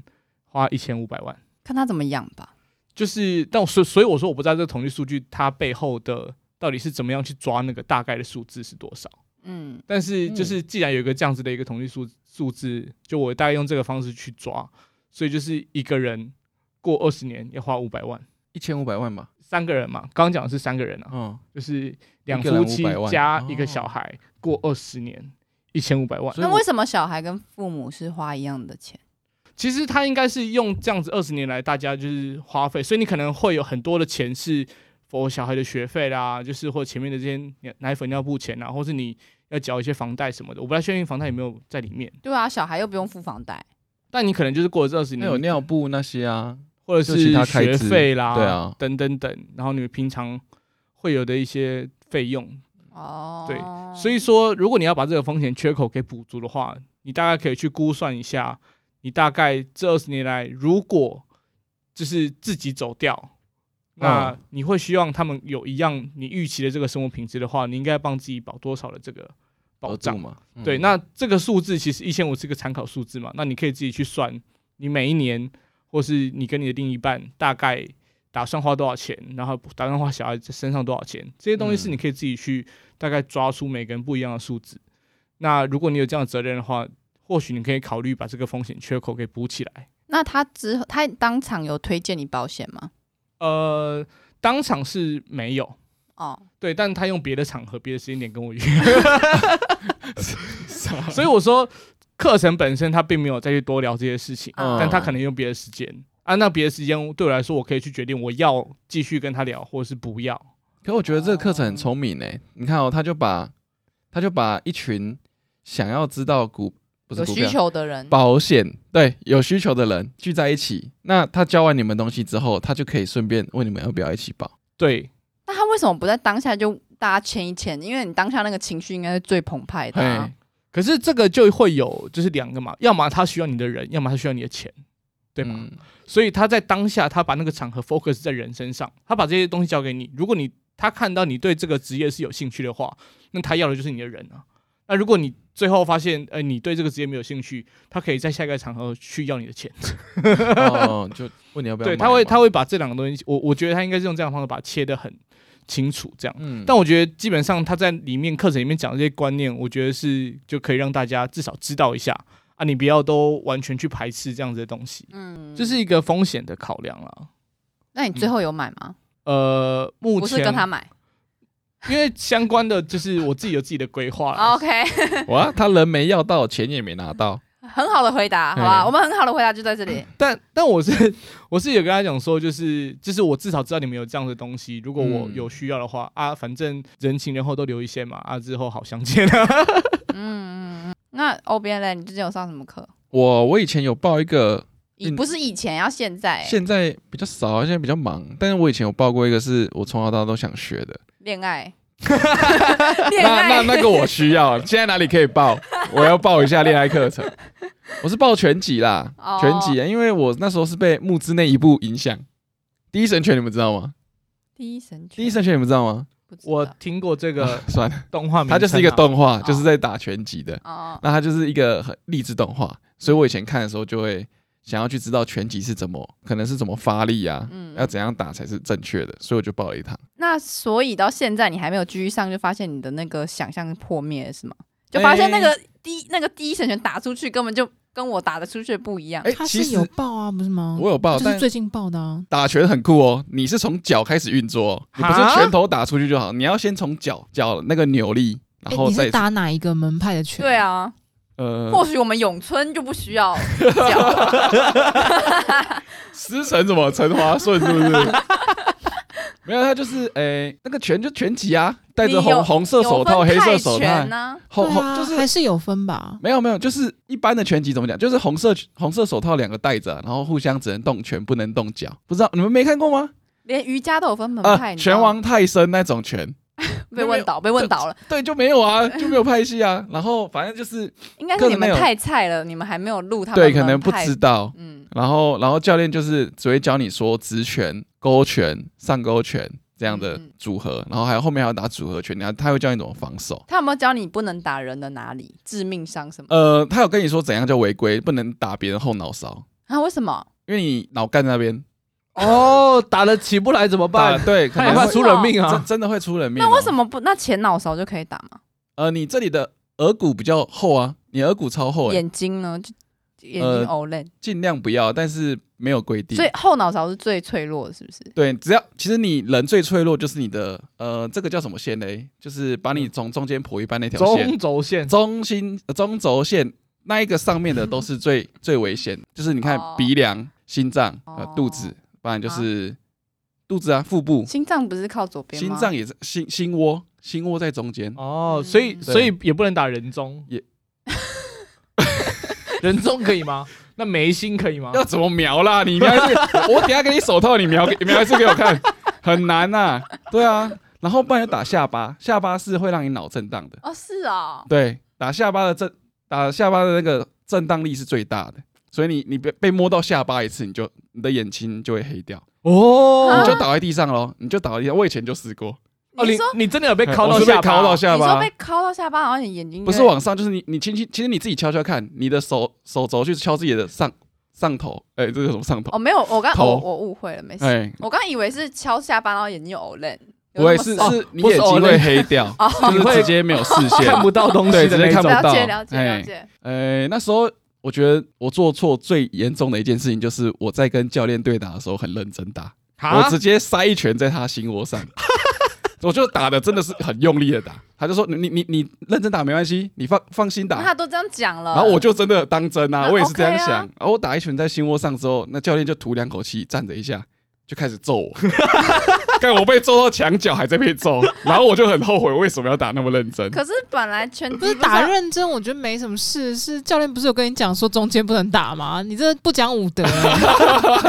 S1: 花一千五百万。
S3: 看他怎么养吧。
S1: 就是，但我所所以我说我不知道这个统计数据它背后的到底是怎么样去抓那个大概的数字是多少。
S3: 嗯，
S1: 但是就是既然有一个这样子的一个统计数数字，就我大概用这个方式去抓，所以就是一个人过二十年要花五百万，
S4: 一千五百万吧，
S1: 三个人嘛，刚刚讲的是三个人啊，
S4: 嗯，
S1: 就是两
S4: 一个人
S1: 夫妻
S4: 500万哦
S1: 加一个小孩过二十年。一千五百万，
S4: 所以
S3: 那
S4: 我
S3: 为什么小孩跟父母是花一样的钱？
S1: 其实他应该是用这样子二十年来大家就是花费，所以你可能会有很多的钱是我小孩的学费啦，就是或前面的这些奶粉、尿布钱啊，或是你要缴一些房贷什么的。我不太确定房贷有没有在里面，
S3: 对啊，小孩又不用付房贷，
S1: 但你可能就是过了这二十
S4: 那
S1: 年
S4: 有，尿布那些啊，
S1: 或者
S4: 就是其他开
S1: 学
S4: 支
S1: 费啦，
S4: 对啊
S1: 等等等，然后你们平常会有的一些费用，
S3: 哦，
S1: 对所以说，如果你要把这个风险缺口给补足的话，你大概可以去估算一下，你大概这二十年来，如果就是自己走掉，那
S4: 嗯
S1: 你会希望他们有一样你预期的这个生活品质的话，你应该帮自己保多少的哦这个保
S4: 额
S1: 障
S4: 度？嘛，嗯
S1: 对，那这个数字其实一千五是个参考数字嘛，那你可以自己去算，你每一年或是你跟你的另一半大概打算花多少钱，然后打算花小孩子身上多少钱，这些东西是
S4: 嗯
S1: 你可以自己去大概抓出每个人不一样的数字。那如果你有这样的责任的话，或许你可以考虑把这个风险缺口给补起来。
S3: 那他之后他当场有推荐你保险吗？
S1: 呃，当场是没有，
S3: 哦，
S1: 对，但他用别的场合、别的时间点跟我约，所以我说课程本身他并没有再去多聊这些事情，
S4: 嗯
S1: 但他可能用别的时间啊，那别的时间对我来说，我可以去决定我要继续跟他聊，或是不要。
S4: 可我觉得这个课程很
S3: 哦
S4: 聪明呢、你看哦，他就把他就把一群想要知道股不是
S3: 有
S4: 股
S3: 需
S4: 票
S3: 求的人，
S4: 保险对有需求的人聚在一起，那他教完你们东西之后，他就可以顺便问你们要不要一起保。
S1: 对，
S3: 那他为什么不在当下就大家签一签？因为你当下那个情绪应该是最澎湃的、啊
S4: 嘿。
S1: 可是这个就会有就是两个嘛，要么他需要你的人，要么他需要你的钱，对吧？
S4: 嗯
S1: 所以他在当下，他把那个场合 focus 在人身上，他把这些东西交给你。如果你他看到你对这个职业是有兴趣的话，那他要的就是你的人啊。那如果你最后发现，呃，你对这个职业没有兴趣，他可以在下一个场合去要你的钱。 [laughs]
S4: 哦，就问你要不要
S1: 对，
S4: 买
S1: 他会
S4: 嘛
S1: 他会把这两个东西，我我觉得他应该是用这样的方式把它切得很清楚，这样。
S4: 嗯
S1: 但我觉得基本上他在里面课程里面讲的这些观念，我觉得是就可以让大家至少知道一下啊，你不要都完全去排斥这样子的东西，
S3: 嗯，
S1: 这是一个风险的考量啦。
S3: 那你最后有买吗？
S1: 呃，目
S4: 嗯
S3: 不是
S1: 前
S3: 跟他买、
S1: 因为相关的就是我自己有自己的规划啦。
S3: o k
S4: 哇，他人没要到，钱也没拿到，
S3: [laughs] 很好的回答，好吧，
S4: 嘿
S3: 我们很好的回答就在这里。
S1: 但但我是 [laughs] 我是有跟他讲说，就是就是我至少知道你们有这样的东西，如果我
S4: 嗯
S1: 有需要的话、啊，反正人情人后都留一些嘛，啊之后好相见
S3: [laughs]
S1: 啊。
S3: 嗯嗯嗯。那 O B N 嘞，你之前有上什么课？
S4: 我我以前有报一个，
S3: 以
S4: 嗯
S3: 不是以前，要现在欸
S4: 现在比较少，现在比较忙，但是我以前有报过一个，是我从小到大都想学的。
S3: 恋
S4: [laughs]
S3: 爱，
S2: [laughs]
S3: 恋
S4: 那那
S3: 爱
S4: 那个我需要，现在哪里可以报？我要报一下恋爱课程。我是报全集啦，
S3: 哦
S4: 全集啊，因为我那时候是被木之内一部影响。第一神拳你们知道吗？
S3: 第一神拳，
S4: 第一神拳你们知道吗？
S3: 不知道
S1: 我听过这
S4: [laughs]
S1: 个
S4: 算了，
S1: 动画名称啊、
S4: 它就是一个动画，
S3: 哦
S4: 就是在打拳击的。
S3: 哦，
S4: 那它就是一个很励志动画，所以我以前看的时候就会想要去知道拳击是怎么，可能是怎么发力啊，
S3: 嗯
S4: 要怎样打才是正确的，所以我就报了一
S2: 嗯
S4: 堂。
S3: 那所以到现在你还没有继续上，就发现你的那个想象破灭了是
S4: 哎
S3: 吗？就发现那个第、那个第一神拳打出去根本就跟我打的出去的不一样。
S4: 哎、
S2: 他
S4: 其
S2: 是
S4: 实
S2: 有报啊，不是吗？
S4: 我有报，
S2: 就是
S4: 但
S2: 最近报的啊。
S4: 打拳很酷哦，你是从脚开始运作、哦，你不是
S1: 哈
S4: 拳头打出去就好，你要先从脚脚那个扭力，然
S2: 哎，
S4: 后
S2: 你
S4: 再、
S2: 是打哪一个门派的拳？
S3: 对，啊，
S4: 呃
S3: 或许我们咏春就不需
S4: [laughs]
S3: 要教，
S4: 师承什么陈华顺是不是？ [laughs] 没有，他就是诶、那个拳就拳击啊，戴着
S3: 你有
S4: 红红色手
S3: 有
S4: 套、黑
S3: 分泰
S4: 色手
S3: 拳
S4: 套，
S3: 呢、
S4: 红
S2: 对
S4: 红
S2: 啊，
S4: 就是
S2: 还是有分吧。
S4: 没有没有，就是一般的拳击怎么讲？就是红色红色手套两个戴着，然后互相只能动拳，不能动脚。不知道你们没看过吗？
S3: 连瑜伽都有分门派。
S4: 啊，
S3: 你知道
S4: 拳
S3: 吗
S4: 王泰森那种拳，
S3: 被问倒，被问倒了，
S4: 对，就没有啊，就没有派系啊。然后反正就是
S3: 应该是
S4: 各
S3: 你
S4: 种
S3: 们
S4: 内容
S3: 太菜了，你们还没有录他们
S4: 对，
S3: 门
S4: 可能不
S3: 派
S4: 知道。
S3: 嗯，
S4: 然后，然后教练就是只会教你说直拳、勾拳、上勾拳这样的
S3: 嗯嗯
S4: 组合，然后还有后面还要打组合拳，然后他会教你怎么防守。
S3: 他有没有教你不能打人的哪里，致命伤什么？
S4: 呃，他有跟你说怎样叫违规，不能打别人后脑勺，
S3: 啊，为什么？
S4: 因为你脑干那边
S1: 哦，打了起不来怎么
S4: 打
S1: 办？
S4: 对，可
S1: 害
S4: 能
S1: 怕
S4: 会
S1: 出人命
S4: 真
S1: 啊！
S4: 真的会出人命哦。
S3: 那为什么不？那前脑勺就可以打吗？
S4: 呃，你这里的额骨比较厚啊，你额骨超厚、欸，
S3: 眼睛呢？就眼
S4: 呃
S3: 睛 OLED，、
S4: 尽量不要，但是没有规定。
S3: 所以后脑勺是最脆弱的，是不是？
S4: 对，只要其实你人最脆弱就是你的呃，这个叫什么线嘞？就是把
S3: 嗯
S4: 你从中间剖一半那
S3: 哦
S4: 条线。
S1: 中轴线，
S4: 中心呃中轴线那一个上面的都是最最危险，就是你看
S3: 嗯哦
S4: 鼻梁、心脏、
S3: 哦
S4: 呃肚子，不然就是肚子啊、腹部、
S3: 心脏不是靠左边
S4: 心
S3: 吗？
S4: 脏也是心心窝，心窝在中间。
S1: 哦，所以
S3: 嗯
S1: [laughs] 所以也不能打人中，
S4: 也
S1: 人中可以吗？那眉心可
S4: [laughs]
S1: 以吗？
S4: 要怎么瞄啦？你瞄
S3: [laughs]
S4: 一次，我等一下给你手套，你瞄给瞄一次给我看，很难呐、对啊，然后不然就打下巴，下巴是会让你脑震荡的。
S3: 哦，是哦，
S4: 对，打下巴的震，打下巴的那个震荡力是最大的，所以你你被被摸到下巴一次，你就你的眼睛就会黑掉，
S1: 哦
S4: 你就倒在地上喽，你就倒在地上。我以前就试过，
S1: 哦，
S3: 你
S1: 你
S3: 说
S1: 你真的有被
S4: 哎
S1: 敲
S4: 我
S1: 到
S4: 是被
S1: 下巴
S4: 敲到
S1: 哦？
S4: 下
S3: 你说
S4: 巴
S3: 被，敲到下巴，好像你眼睛
S4: 不是
S3: 有点
S4: 往上，就是你你轻轻，其实你自己敲敲看，你的手手肘去敲自己的上上头，哎、这个什么上头？
S3: 哦，没有，我刚
S4: 头
S3: 我我误会了，没事，
S4: 哎、
S3: 我刚以为是敲下巴，然后眼睛有 o l e
S4: 不会是是你
S1: 不是
S4: 眼睛
S1: 哦
S4: 会黑掉，
S3: [laughs] 哦
S4: 就是直接没有视线，
S1: 看不到东西
S4: 对
S1: 的
S4: 直接
S1: 那
S4: 看不
S1: 种。
S3: 了
S4: 到
S3: 解了解了
S4: 哎
S3: 解，
S4: 呃，那时候我觉得我做错最严重的一件事情，就是我在跟教练对打的时候很认真打，我
S1: 啊
S4: 直接塞一拳在他心
S1: [laughs]
S4: 窝上，我就打的真的是很用力的打。他就说你你你你认真打没关系，你放放心
S3: 那他
S4: 打。
S3: 都这样讲了，
S4: 然后我就真的当真啊，
S3: 呃那
S4: 我也是这样
S3: OK 啊
S4: 想。然后我打一拳在心窝上之后，那教练就吐两口气，站着一下就开始揍我。 [laughs] 看我被揍到墙角，还在被揍，然后我就很后悔为什么要打那么认真。
S3: 可是本来拳击
S2: 不是打认真，我觉得没什么事。是教练不是有跟你讲说中间不能打吗？你这不讲
S4: [laughs]
S2: 武德、欸，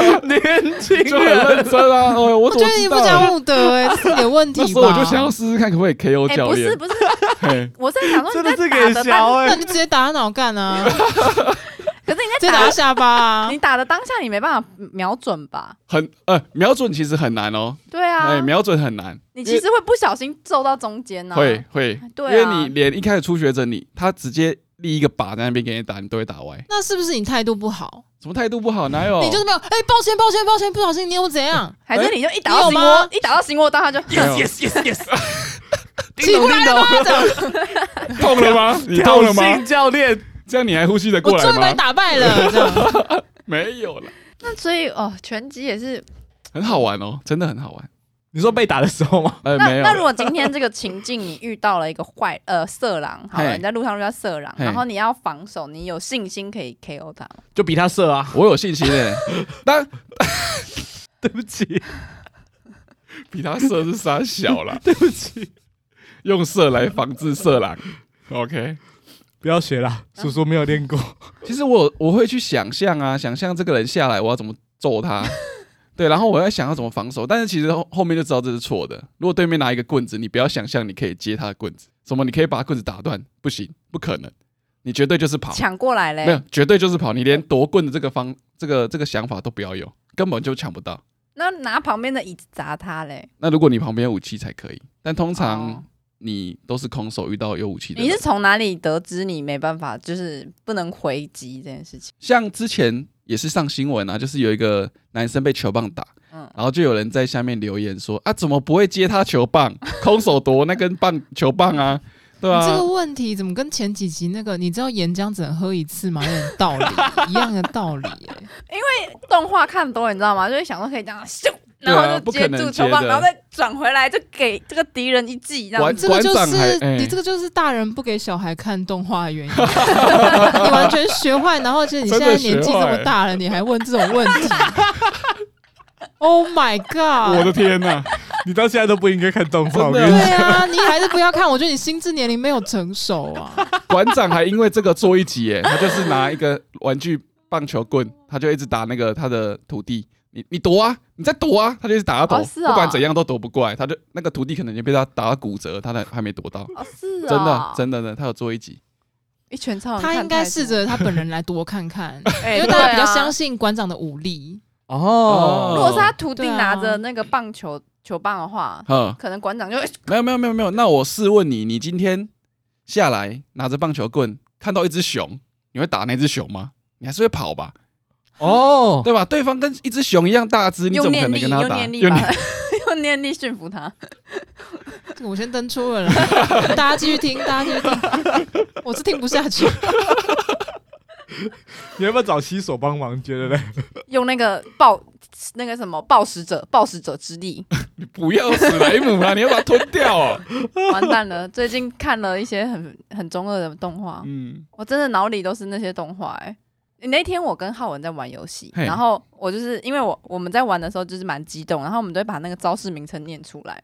S1: 年轻
S4: 就很认
S1: 人，
S4: 真
S3: [laughs]
S4: 啊！哎，我
S2: 我
S4: 怎
S2: 觉
S4: 么
S2: 得你
S4: 知
S2: 不
S4: 道啊
S2: 讲武德、
S4: [laughs]
S2: 欸，是你的问题
S4: 那
S2: 吧？
S4: 时候我就想要试试看可不可以 KO
S3: 哎、
S4: 教
S3: 不是
S4: 练。
S3: 不是，
S4: 嘿
S3: 我在
S4: [laughs]
S3: 想说
S1: 真
S3: 你
S1: 的
S3: 在
S1: 是
S3: 打
S1: 给小
S3: 的当，
S1: 哎
S2: 那，你直接打他脑干 [laughs] 啊，
S3: 可是你
S2: 直
S3: 在
S2: 接打
S3: 打
S2: 他下巴啊
S3: 你。打的当下你没办法瞄准吧？
S4: 很呃，瞄准其实很难哦，
S3: 对啊，
S4: 哎，瞄准很难，
S3: 你其实会不小心揍到中间啊呢、
S4: 会，会，因
S3: 对
S4: 为
S3: 啊
S4: 你连一开始初学者你他直接立一个靶在那边给你打，你都会打歪，
S2: 那是不是你态度不好？
S4: 什么态度不好，哪有？
S2: 你就是没有哎、抱歉抱歉抱歉，不小心你又怎
S4: [laughs]
S2: 样？
S3: 还是你就一打
S2: 你
S3: 到
S2: 有
S3: 心
S4: 哎
S2: 吗
S3: 窝，一打到心窝，当下就
S4: 没有
S1: yes yes，
S2: 起过来了吗？这样
S4: 痛了吗？你
S1: 挑
S4: 痛了吗？
S1: 衅教练，
S4: 这样你还呼吸 [laughs] 得过
S2: 我终于把
S4: 来
S2: 你
S4: 吗？
S2: 打败
S4: [laughs]
S2: 了，这样。
S4: 没有了，
S3: 那所以哦，拳击也是。
S4: 很好玩哦，真的很好玩。
S1: 你说被打的时候吗？
S4: 哎，
S3: 那
S4: 没有
S3: 那如
S4: 了，
S3: 果今天这个情境你遇到了一个坏呃色狼，好了，
S4: 嘿
S3: 你在路上遇到色狼，
S4: 嘿
S3: 然后你要防守，你有信心可以 KO 他吗？
S1: 就比他射啊！
S4: 我有信心的。但 [laughs]
S1: 对不起，
S4: 比他射是杀小啦，
S1: 对不起，
S4: 用射来防治色狼。OK。
S1: 不要学啦，
S3: 啊
S1: 叔叔没有练过。
S4: 其实我有我会去想象啊，想象这个人下来我要怎么揍他，对，然后我要想要怎么防守，但是其实后后面就知道这是错的。如果对面拿一个棍子，你不要想象你可以接他的棍子，什么你可以把他棍子打断，不行，不可能，你绝对就是跑，
S3: 抢过来
S4: 没有
S3: 嘞？，
S4: 绝对就是跑，你连夺棍的这个方这个这个想法都不要有，根本就抢不到。
S3: 那拿旁边的椅子砸他嘞？
S4: 那如果你旁边有武器才可以，但通
S3: 哦
S4: 常你都是空手遇到有武器的
S3: 你
S4: 人
S3: 是。从哪里得知你没办法，就是不能回击这件事情？
S4: 像之前也是上新闻啊，就是有一个男生被球棒打，
S3: 嗯
S4: 然后就有人在下面留言说啊，怎么不会接他球棒？空手夺那根棒球棒啊，对
S2: 你这个
S4: 啊，
S2: 问题怎么跟前几集那个你知道岩浆只能喝一次吗？有点道理，一样的道理、欸。
S3: 动画看多了，你知道吗？就会想说可以这样咻，
S4: 对
S3: 然
S4: 啊
S3: 后就接住球
S4: 不可能接
S3: 棒，
S4: 的
S3: 然后再转回来，就给这个敌人一记，这样
S2: [laughs]
S4: 完
S2: 这个就
S4: 馆长还
S2: 是、
S4: 哎
S2: 你这个就是大人不给小孩看动画的原
S4: [laughs]
S2: 因，你完全学坏，然后就是你现在年纪这么大了，你还问这种问题
S4: [laughs]
S2: ？Oh my
S4: 我
S2: god！
S4: 的天
S3: [laughs]
S4: 呐、
S1: 你到现在都不应该看动画，我跟
S4: 真
S1: 你
S4: 的
S2: 对啊，你还是不要看，我觉得你心智年龄没有成熟啊。
S4: 馆长还因为这个做一集耶，他就是拿一个玩具棒球棍，他就一直打那个他的徒弟。你你躲啊，你再躲啊，他就一直打他头，
S3: 哦是哦
S4: 不管怎样都躲不过来。他就那个徒弟可能已经被他打到骨折，他还还没躲到，
S3: 哦，是啊，
S4: 真的真的呢，他有做一集，
S3: 一拳超人
S2: 他
S3: 看
S2: 应该
S3: 太多
S2: 试，着他本人来多看 [laughs] 看，
S3: 哎
S2: 因为大家比较。
S3: 对
S2: 相
S3: 啊
S2: 信馆长的武力。
S1: 哦
S3: 如果是他徒弟
S2: 对啊
S3: 拿着那个棒球球棒的话，
S4: 嗯，
S3: 可能馆长就哎会
S4: 没有没有没有没有，那我试问你，你今天下来拿着棒球棍，看到一只熊，你会打那只熊吗？你还是会跑吧，
S1: 哦，
S4: 对吧？对方跟一只熊一样大只，你
S3: 用
S4: 怎么可
S3: 念
S4: 能
S3: 力，
S4: 跟他
S3: 用
S4: 打？
S3: 念力把他， [laughs] 用念力驯服他。
S2: 这个我先登出了
S3: [laughs]
S2: 啦，大家继续听，大家继续听，我是听不下去。
S1: 你要不要找西索帮忙？觉得嘞？
S3: 用那个暴那个什么暴食者暴食者之力，
S4: 你不要史莱姆啊！你要把它吞
S1: [laughs]
S4: 掉哦。
S3: 完蛋了！最近看了一些很很中二的动画，
S4: 嗯，
S3: 我真的脑里都是那些动画、欸。那天我跟浩文在玩游戏，
S4: 嘿
S3: 然后我就是因为我我们在玩的时候就是蛮激动，然后我们都会把那个招式名称念出来。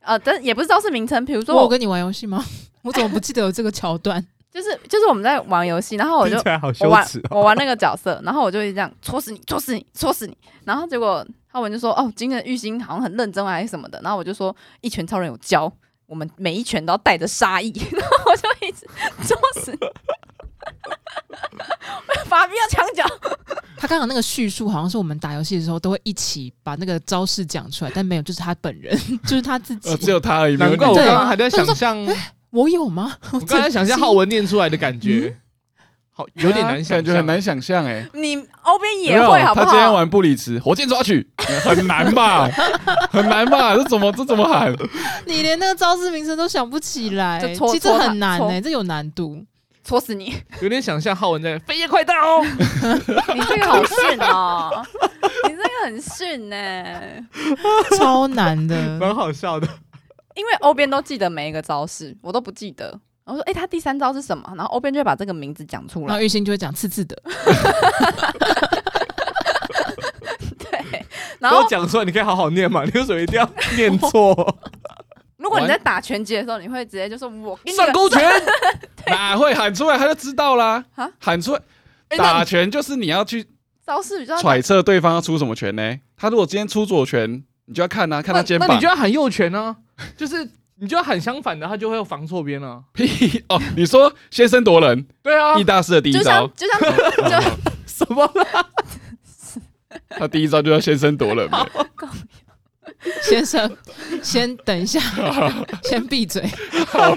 S3: 呃，但也不是招式名称，比如说
S2: 我
S3: 我
S2: 有跟你玩游戏吗？我怎么不记得有这个桥段？
S3: 就是就是我们在玩游戏，然哦后我就
S5: 听起来好羞
S3: 我玩
S5: 耻哦。
S3: 我玩那个角色，然后我就一直这样戳死你，戳死你，戳死你。然后结果浩文就说：“哦，今天的玉兴好像很认真还是什么的。”然后我就说：“一拳超人有教我们每一拳都要带着杀意。” [laughs] 然后我就一直戳死你， [laughs] 法比要墙角。
S2: 他刚刚那个叙述好像是我们打游戏的时候都会一起把那个招式讲出来，但没有，就是他本人， [laughs] 就是他自己。
S4: 呃，只有他而已。没有
S1: 难
S4: 你
S1: 怪我
S2: 对
S1: 刚刚还在想象，
S2: 我有吗？
S1: 我刚才想象浩文念出来的感觉，好有点难想
S4: 感觉
S1: 象
S4: 很。难想象哎。
S3: 你欧边也
S4: 有没有
S3: 会好不
S4: 他今天
S3: 好？
S4: 玩布里茨，火箭抓取，很难吧？很难吧？这怎么这怎么
S1: [laughs]
S4: 喊？
S2: 你连那个招式名称都想不起来，
S3: 就戳
S2: 其实很难
S3: 戳
S2: 呢、
S3: 他
S2: 这有难度。
S3: 戳死
S4: [laughs]
S3: 你！
S1: 有点想象浩文在飞叶快到，
S3: 你这个好逊哦，你这个很逊呢、
S2: 超难
S1: [laughs]
S2: 的。
S1: 蛮好笑的。
S3: 因为欧边都记得每一个招式，我都不记得。然后说：“哎、他第三招是什么？”然后欧边就会把这个名字讲出
S2: 然
S3: 来
S2: 后。玉兴就会讲刺刺的，
S4: [laughs]
S3: 对，然后
S1: 都讲出来，你可以好好念嘛，你为什么一定要念 [laughs] 错？
S3: 如果你在打拳击的时候，你会直接就说“我给你个
S4: 上
S1: [laughs]
S4: 勾拳，哪会喊出来他就知道啦
S3: 啊？
S4: 喊出来
S1: 哎那
S4: 打拳就是你要去
S3: 招式比较
S4: 揣测对方要出什么拳呢？他如果今天出左拳，你就要看他看他肩
S1: 那你
S4: 膀
S1: 就。要喊右拳呢、啊，就是你就要喊相反的，他就会防错边啊了。
S4: 屁 [laughs] 哦！你说先声夺人，
S1: 对啊，
S4: 易大师的第一
S3: 就
S4: 招
S3: 像，就像就
S1: 什么啦？
S4: 他第一招就要先声夺人嘛。
S2: 先生，先
S1: [laughs]
S2: 等一下，先闭嘴。
S4: 好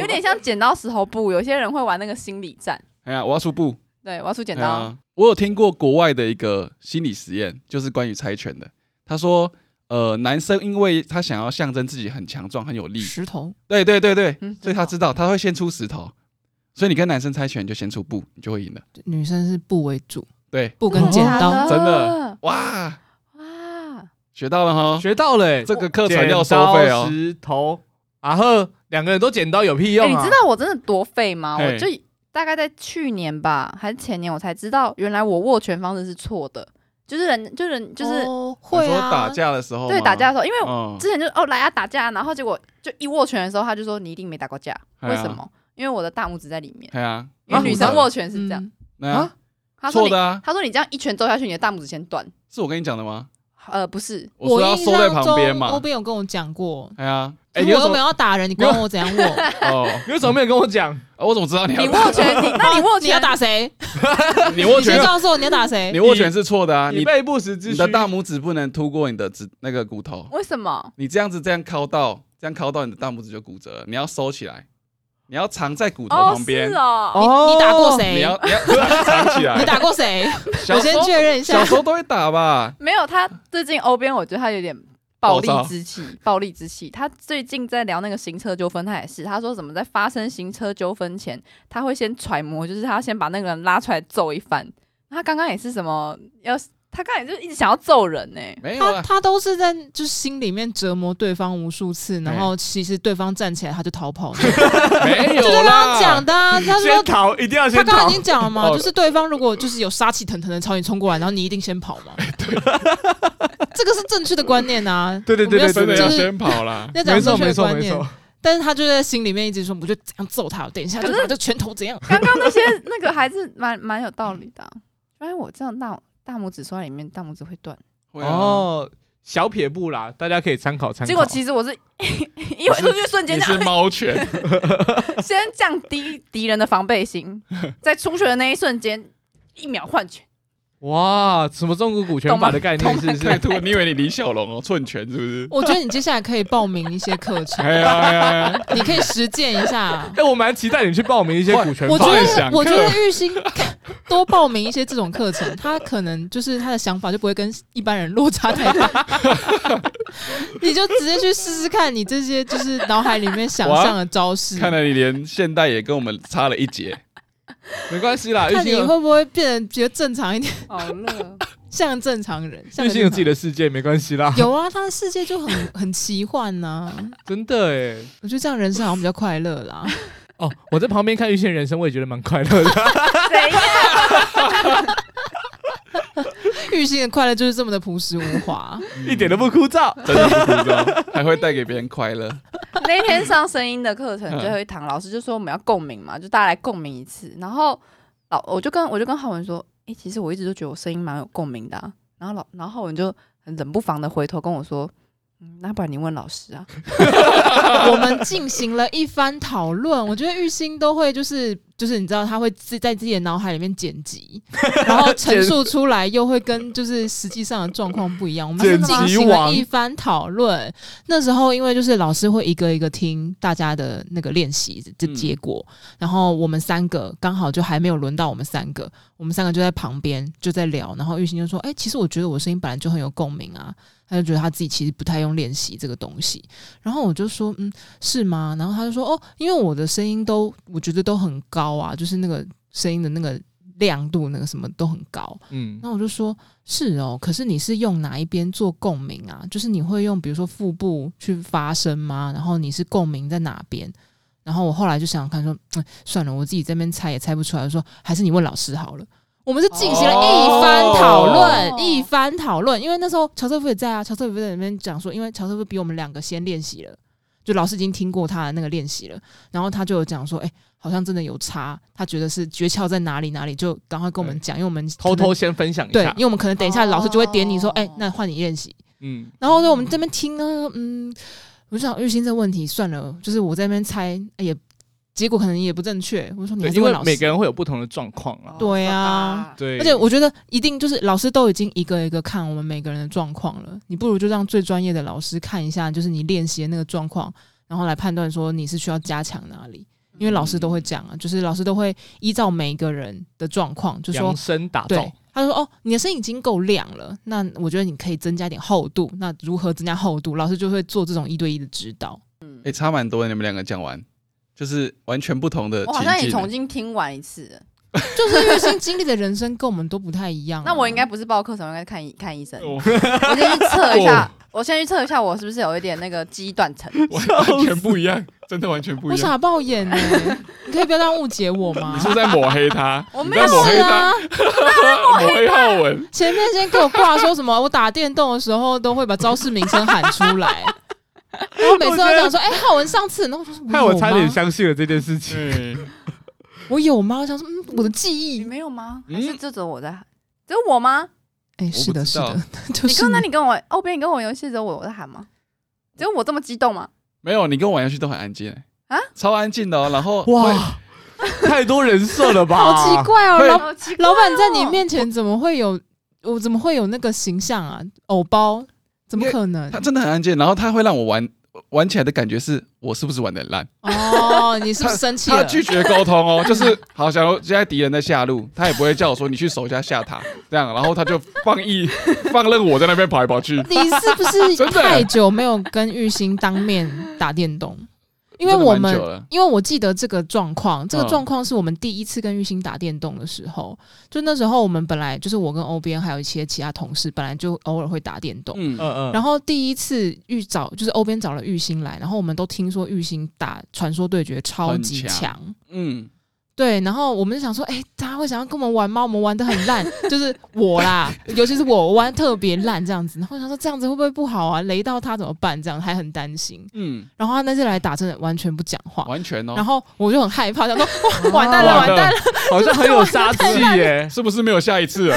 S3: 有点像剪刀石头布，有些人会玩那个心理战。
S4: 哎呀，我要出布。
S3: 对，我要出剪
S4: 对
S3: 刀，
S4: 啊。我有听过国外的一个心理实验，就是关于猜拳的。他说，呃，男生因为他想要象征自己很强壮、很有力，
S2: 石头，
S4: 对对对对，
S3: 嗯
S4: 所以他知道他会先出石头，所以你跟男生猜拳你就先出布，你就会赢了。
S2: 女生是布为主，
S4: 对，
S2: 布跟剪刀。
S4: 真
S3: 的
S4: 的哇，
S3: 哇！
S4: 学到了哈，
S1: 学到了、欸，
S4: 这个课程要收
S1: 剪
S4: 费哦
S1: 刀。石头啊呵，两个人都剪刀有屁
S3: 哎
S1: 用
S3: 你
S1: 啊？
S3: 知道我真的多废吗？
S4: 嘿
S3: 我就大概在去年吧，还是前年，我才知道原来我握拳方式是错的，就是人，就是人，就是
S2: 哦
S4: 你
S2: 会
S4: 说
S2: 啊，
S4: 打架的时候吗，
S3: 对打架的时候，因为
S4: 嗯，
S3: 之前就哦来啊打架，然后结果就一握拳的时候，他就说你一定没打过架，
S4: 哎呀
S3: 为什么？因为我的大拇指在里面，
S4: 对啊，
S3: 因为女生握拳是这样。
S2: 嗯，
S4: 那
S3: 他说
S4: 啊错
S3: 你
S4: 的啊，
S3: 他说你这样一拳揍下去，你的大拇指先断。
S4: 是我跟你讲的吗？
S3: 呃，不是，
S4: 我说要
S2: 印
S4: 收在
S2: 象
S4: 旁边
S2: 中，
S4: 嘛
S2: 欧。边有跟我讲过，
S4: 哎呀，
S1: 哎、
S2: 可
S1: 你为
S2: 是我
S1: 什
S2: 又没
S1: 么
S2: 有要打人，你管我怎样
S4: [laughs]
S2: 握？
S4: 哦，
S1: 你为什么没有跟我讲？
S4: 啊我怎么知道你
S3: 你
S4: 要
S3: 握拳，你那你握拳
S2: 你要打谁？
S4: [laughs] 你握
S2: 你先
S4: 拳？
S2: 告诉我你要打谁
S4: 你？握拳是错的啊！
S1: 你
S4: 你
S1: 被不时之
S4: 你
S1: 需 [laughs]
S4: 的大拇指不能突过你的指那个骨头，
S3: 为什么？
S4: 你这样子这样敲到，这样敲到你的大拇指就骨折了。你要收起来，你要藏在骨头
S3: 哦，
S4: 旁
S3: 是
S4: 边，
S3: 哦，哎
S2: 你你打过
S4: 你
S2: 谁？
S4: 要你要藏起
S2: 你
S4: 来。
S2: 打过谁？
S4: [laughs] 小
S2: 我
S4: 时
S2: 先
S4: 候
S2: 确认一下
S4: 小时。候都会打吧？
S3: 没有。他最近欧边，我觉得他有点暴力
S4: 暴躁
S3: 之气，暴力之气。他最近在聊那个行车纠纷，他也是，他说怎么在发生行车纠纷前，他会先揣摩，就是他先把那个人拉出来揍一番。他刚刚也是什么要，他刚刚也就一直想要揍人呢、
S4: 没有啊
S2: 他
S4: 啦，
S2: 他都是在就是心里面折磨对方无数次，然后其实对方站起来他就逃跑了，就
S4: 没哎 [laughs] 有
S2: 是刚刚
S4: 啦
S2: 讲。的啊，他说
S1: 先逃，一定要
S2: 他
S1: 先
S2: 刚刚
S1: 逃
S2: 已。经讲了嘛，
S4: 哦
S2: 就是对方如果就是有杀气腾腾的朝你冲过来，然后你一定先跑
S1: [laughs]
S2: 嘛。这个是正确的观念啊。
S1: [laughs] 对对对
S2: 我们
S4: 真的
S2: 要
S4: 要
S2: 就是！
S4: 先跑啦
S2: 要
S1: 没
S2: 讲
S1: 错
S2: 正确
S1: 没
S2: 的
S1: 错
S2: 观
S1: 没
S2: 念
S1: 错，，
S2: 但是他就在心里面一直说，我就怎样揍他，等一下就把这拳头怎样。
S3: 刚刚那些那个还是蛮蛮有道理的、啊。发现我这样大大拇指缩在里面，大拇指会断。
S4: 会啊，
S1: 哦，小撇步啦，大家可以参考参考。
S3: [laughs] 结果其实我是 [laughs] 一回出去瞬间
S4: 你
S2: 啊
S4: 是
S3: 这样，
S4: 猫拳，
S3: 先降低敌人的防备心，在出拳的那一瞬间，一秒换拳，
S1: 哇，什么中国股权
S3: 懂吗
S1: 法的概念是不
S4: 太
S1: 是？
S4: 突了！你以为你李小龙哦，寸拳是
S3: [laughs]
S4: 不是？
S2: 我觉得你接下来可以报名一些课程，
S4: 哎呀哎呀
S3: [laughs]
S4: 哎呀！
S2: 你可以实践一下。
S1: [laughs] 哎、我蛮期待你去报名一些股权
S2: 我
S1: 法
S2: 觉
S1: 的。
S4: 幻想
S2: 得，
S4: 课
S2: 我觉得玉兴多报名一些这种课程，他可能就是他的想法就不会跟一般人落差太
S1: [laughs]
S2: 大。你就直接去试试看，你这些就是脑海里面想象的招式，
S4: 看
S2: 看
S4: 来你连现代也跟我们差了一截。
S1: 没关系啦，玉
S2: 你
S1: 兴啊有
S2: 会不会变得比较正常一点， [laughs]
S3: 好热。
S2: 像正常人。像
S1: 玉兴有自己
S2: 的
S1: 的世界，没关系
S2: [laughs]
S1: [laughs] 啦。
S2: 有啊，他的世界就很 [laughs] 很奇幻呐、
S1: 真的哎，
S2: 我觉得这样人生好像比较快乐啦。 [laughs]
S1: 哦，我在旁边看玉兴的人生，我也觉得蛮快乐的。
S3: 谁呀？
S2: 玉兴的快乐就是这么的朴实无华。
S1: [laughs]
S2: [laughs]
S3: 嗯
S1: 一点都不枯燥。
S4: 真的不枯燥，还会带给别人快乐。
S3: 那天上声音的课程
S4: 嗯
S3: 最后一堂，老师就说我们要共鸣嘛，就大家来共鸣一次。然后老我就跟我就跟浩文说，诶，其实我一直都觉得我声音蛮有共鸣的、啊。然后老然后浩文就很冷不防的回头跟我说，嗯，那不然你问老师啊。
S2: 我们进行了一番讨论，我觉得玉兴都会就是就是你知道他会自在自己的脑海里面剪
S1: [laughs]
S2: 辑，然后陈述出来又会跟就是实际上的状况不一样。我们是
S1: 剪辑
S2: 进行了
S1: 王
S2: 一番讨论，那时候因为就是老师会一个一个听大家的那个练习的
S4: 嗯
S2: 结果，然后我们三个刚好就还没有轮到我们三个，我们三个就在旁边就在聊，然后玉兴就说：“哎、其实我觉得我声音本来就很有共鸣啊。”他就觉得他自己其实不太用练习这个东西，然后我就说：“嗯，是吗？”然后他就说：“哦，因为我的声音都我觉得都很高啊，就是那个声音的那个亮度，那个什么都很高。”
S1: 嗯，
S2: 那我就说：“是哦，可是你是用哪一边做共鸣啊？就是你会用比如说腹部去发声吗？然后你是共鸣在哪边？”然后我后来就想想看说，嗯，算了，我自己这边猜也猜不出来，我说还是你问老师好了。我们是进行了
S1: 哦
S2: 一番讨论，
S3: 哦
S2: 一番讨论，因为那时候乔瑟夫也在啊，乔瑟夫在那边讲说，因为乔瑟夫比我们两个先练习了，就老师已经听过他的那个练习了，然后他就有讲说，哎、好像真的有差，他觉得是诀窍在哪里哪里，就赶快跟我们讲，因为我们
S1: 偷
S2: 可能
S1: 偷先分享一
S2: 对，
S1: 下
S2: 因。为我们可能等一下老师就会点你说，
S3: 哦
S2: 哎、那换你练习。
S1: 嗯，
S2: 然后呢，我们这边听呢，嗯，我就想玉兴这问题算了，就是我在那边猜，哎也结果可能也不正确。我说你
S1: 对，
S2: 还是
S1: 因
S2: 问
S1: 为
S2: 嗯老
S1: 每
S2: 师，
S1: 个人会有不同的状况啊。
S2: 对啊
S3: 啊，
S1: 对，
S2: 而且我觉得一定就是老师都已经一个一个看我们每个人的状况了，你不如就让最专业的老师看一下，就是你练习的那个状况，然后来判断说你是需要加强哪里。因为老师都会讲啊，就是老师都会依照每一个人的状况，就说
S1: 量身打造
S2: 对，，他说：“哦，你的声音已经够亮了，那我觉得你可以增加一点厚度。那如何增加厚度？老师就会做这种一对一的指导。
S3: 嗯
S4: 哎、差蛮多的，你们两个讲完，就是完全不同的
S3: 我好像也
S4: 情
S3: 重
S4: 境。
S3: 新听完一次，
S2: 就是月星经历的人生跟我们都不太一样啊、
S3: 那我应该不是报课程，我应该看医看医生。
S1: 我
S3: 我先去测一下，我先去测一下我是不是有一点那个肌断层。
S4: 完完全不一样，真的完全不
S2: 我
S4: 一样。
S2: 傻爆眼呢、你可以不要这样误解我吗
S4: 你是？不是在抹黑他？
S3: 我
S4: 你
S3: 没
S4: 在
S3: 有
S4: 抹黑
S2: 是
S4: 他，
S2: 啊，
S4: 抹黑浩文。
S2: 前面先给我挂说什么，我打电动的时候都会把招式名称喊出
S4: [laughs]
S2: 来，然后每次都讲说：“哎、浩文上次。”然后我就说：“
S1: 害
S2: 有
S1: 我
S2: 吗
S1: 差点相信了这件事情。
S2: 我有吗？”我想说：“嗯，我的记
S3: 你
S2: 忆。
S3: 没有吗？
S4: 嗯
S3: 还是这种我在喊？只有我吗？”
S2: 哎，
S4: 不
S2: 是的，是
S4: 知道
S2: 的， [laughs] 就
S3: 你
S2: 是
S3: 刚才
S2: 你
S3: 你跟我哦，别你跟我游戏的时候，我我在喊吗？只有我这么激动吗？
S4: 没有，你跟我玩下去都很安静、欸、
S3: 啊
S4: 超安静的哦。然后
S1: [laughs]
S4: 会，
S1: 哇，太多人设了吧？
S2: 好奇怪哦，
S4: 会
S2: 老
S3: 好奇怪
S2: 老
S3: 哦
S4: 啊
S2: 板在你面前怎么会有我怎么会有那个形象啊？偶包怎么可能
S4: 他？真的很安静，然后他会让我玩玩起来的感觉是我是不是玩的烂？
S2: 哦，你是不是生气
S4: 他
S2: 了？
S4: 拒绝沟通哦， [laughs] 就是好，假如现在敌人在下路，他也不会叫我说你去守一下下塔这样，然后他就放逸 [laughs] 放任我在那边跑来跑去。
S2: [laughs] 你是不是
S4: [laughs] 真的啊
S2: 太久没有跟玉兴当面打电动？因为
S4: 真的
S2: 我
S4: 蛮
S2: 们
S4: 久了
S2: 因为我记得这个状况，这个
S4: 嗯
S2: 状况是我们第一次跟玉兴打电动的时候，就那时候我们本来就是我跟欧边还有一些其他同事，本来就偶尔会打电动。
S4: 嗯，
S1: 嗯嗯，
S2: 然后第一次玉找就是欧边找了玉兴来，然后我们都听说玉兴打传说对决超
S4: 很
S2: 级
S4: 强
S2: 强，
S4: 嗯，
S2: 对，然后我们就想说，哎、大家会想要跟我们玩吗？我们玩的很烂，就是我啦，尤其是我，我玩得特别烂这样子。然后我想说这样子会不会不好啊？雷到他怎么办？这样还很担心。
S4: 嗯，
S2: 然后他那次来打，真的完全不讲话。
S4: 完全哦
S2: 然。后我就很害怕，想说
S4: [laughs]
S2: 哇完蛋了，
S1: 完
S2: 完
S1: 了
S2: 蛋了，
S1: 好像很有杀气耶，
S4: 是不是没有下一
S2: [laughs]
S4: 次了？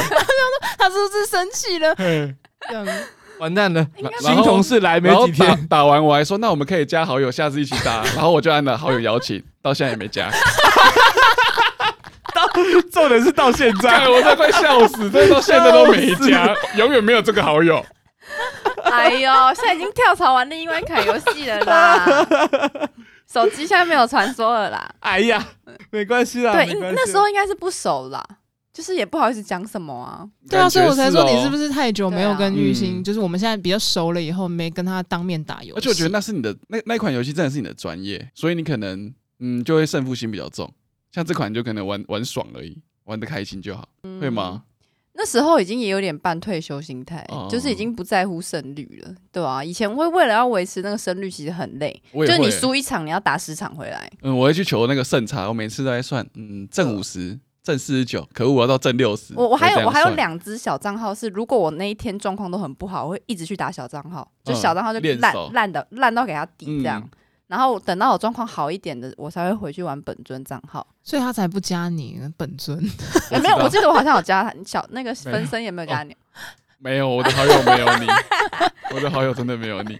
S2: 他是不是生气了？这样
S1: [laughs] 完蛋了，
S3: 应该
S4: 然
S1: 新
S4: 后
S1: 同事来没
S4: 然后
S1: 几
S4: 打
S1: 天，
S4: 打完，我还说那我们可以加好友，下次一起打。然后我就按了好友邀请，到现在也没加。
S1: [laughs] 重点是到现
S4: 哎，
S1: 在，
S4: 我都快笑死，真的到现在都没加，永远没有这个好友。
S3: 哎呦，现在已经跳槽玩另外一款游戏了
S2: [laughs]
S3: 啦。手机现在没有传说了啦。
S1: [laughs] 哎呀，没关系啦，
S2: 啊
S3: 对，
S1: 没
S3: 因
S1: 关系
S3: 那时候应该是不熟啦，就是也不好意思讲什么啊。
S2: 对啊，所以我才说
S4: 感觉
S2: 你是不
S4: 哦？
S2: 是太久没有
S3: 对啊
S2: 跟玉
S4: 嗯
S2: 兴，就是我们现在比较熟了以后，没跟他当面打游戏。
S4: 而且我觉得那是你的那那一款游戏真的是你的专业，所以你可能嗯就会胜负心比较重。像这款就可能玩玩爽而已，玩的开心就好，
S3: 嗯
S4: 会吗？
S3: 那时候已经也有点半退休心态，
S4: 哦
S3: 就是已经不在乎胜率了，对吧、以前会为了要维持那个胜率，其实很累，
S4: 我
S3: 就
S4: 也
S3: 是
S4: 会
S3: 你，输一场，你要打十场回来。
S4: 嗯，我会去求那个胜差，我每次都在算，嗯，正五十，正四十九，可恶，我要到正六十。
S3: 我我还
S4: 这
S3: 有
S4: 样
S3: 我还有
S4: 算
S3: 两只小账号是，如果我那一天状况都很不好，我会一直去打小账号，就
S4: 嗯
S3: 小账号就
S4: 练
S3: 烂
S4: 手
S3: 烂的烂到给它底这样。
S4: 嗯
S3: 然后等到我状况好一点的，我才会回去玩本尊账号。
S2: 所以他才不加你本尊。
S3: 哎没有，
S4: 知道
S3: 我记得我好像有加他小那个
S4: 没有哦
S3: 分身也没有加你。
S4: 没有我的好友没有
S3: [laughs]
S4: 你，我的好友真的没有你。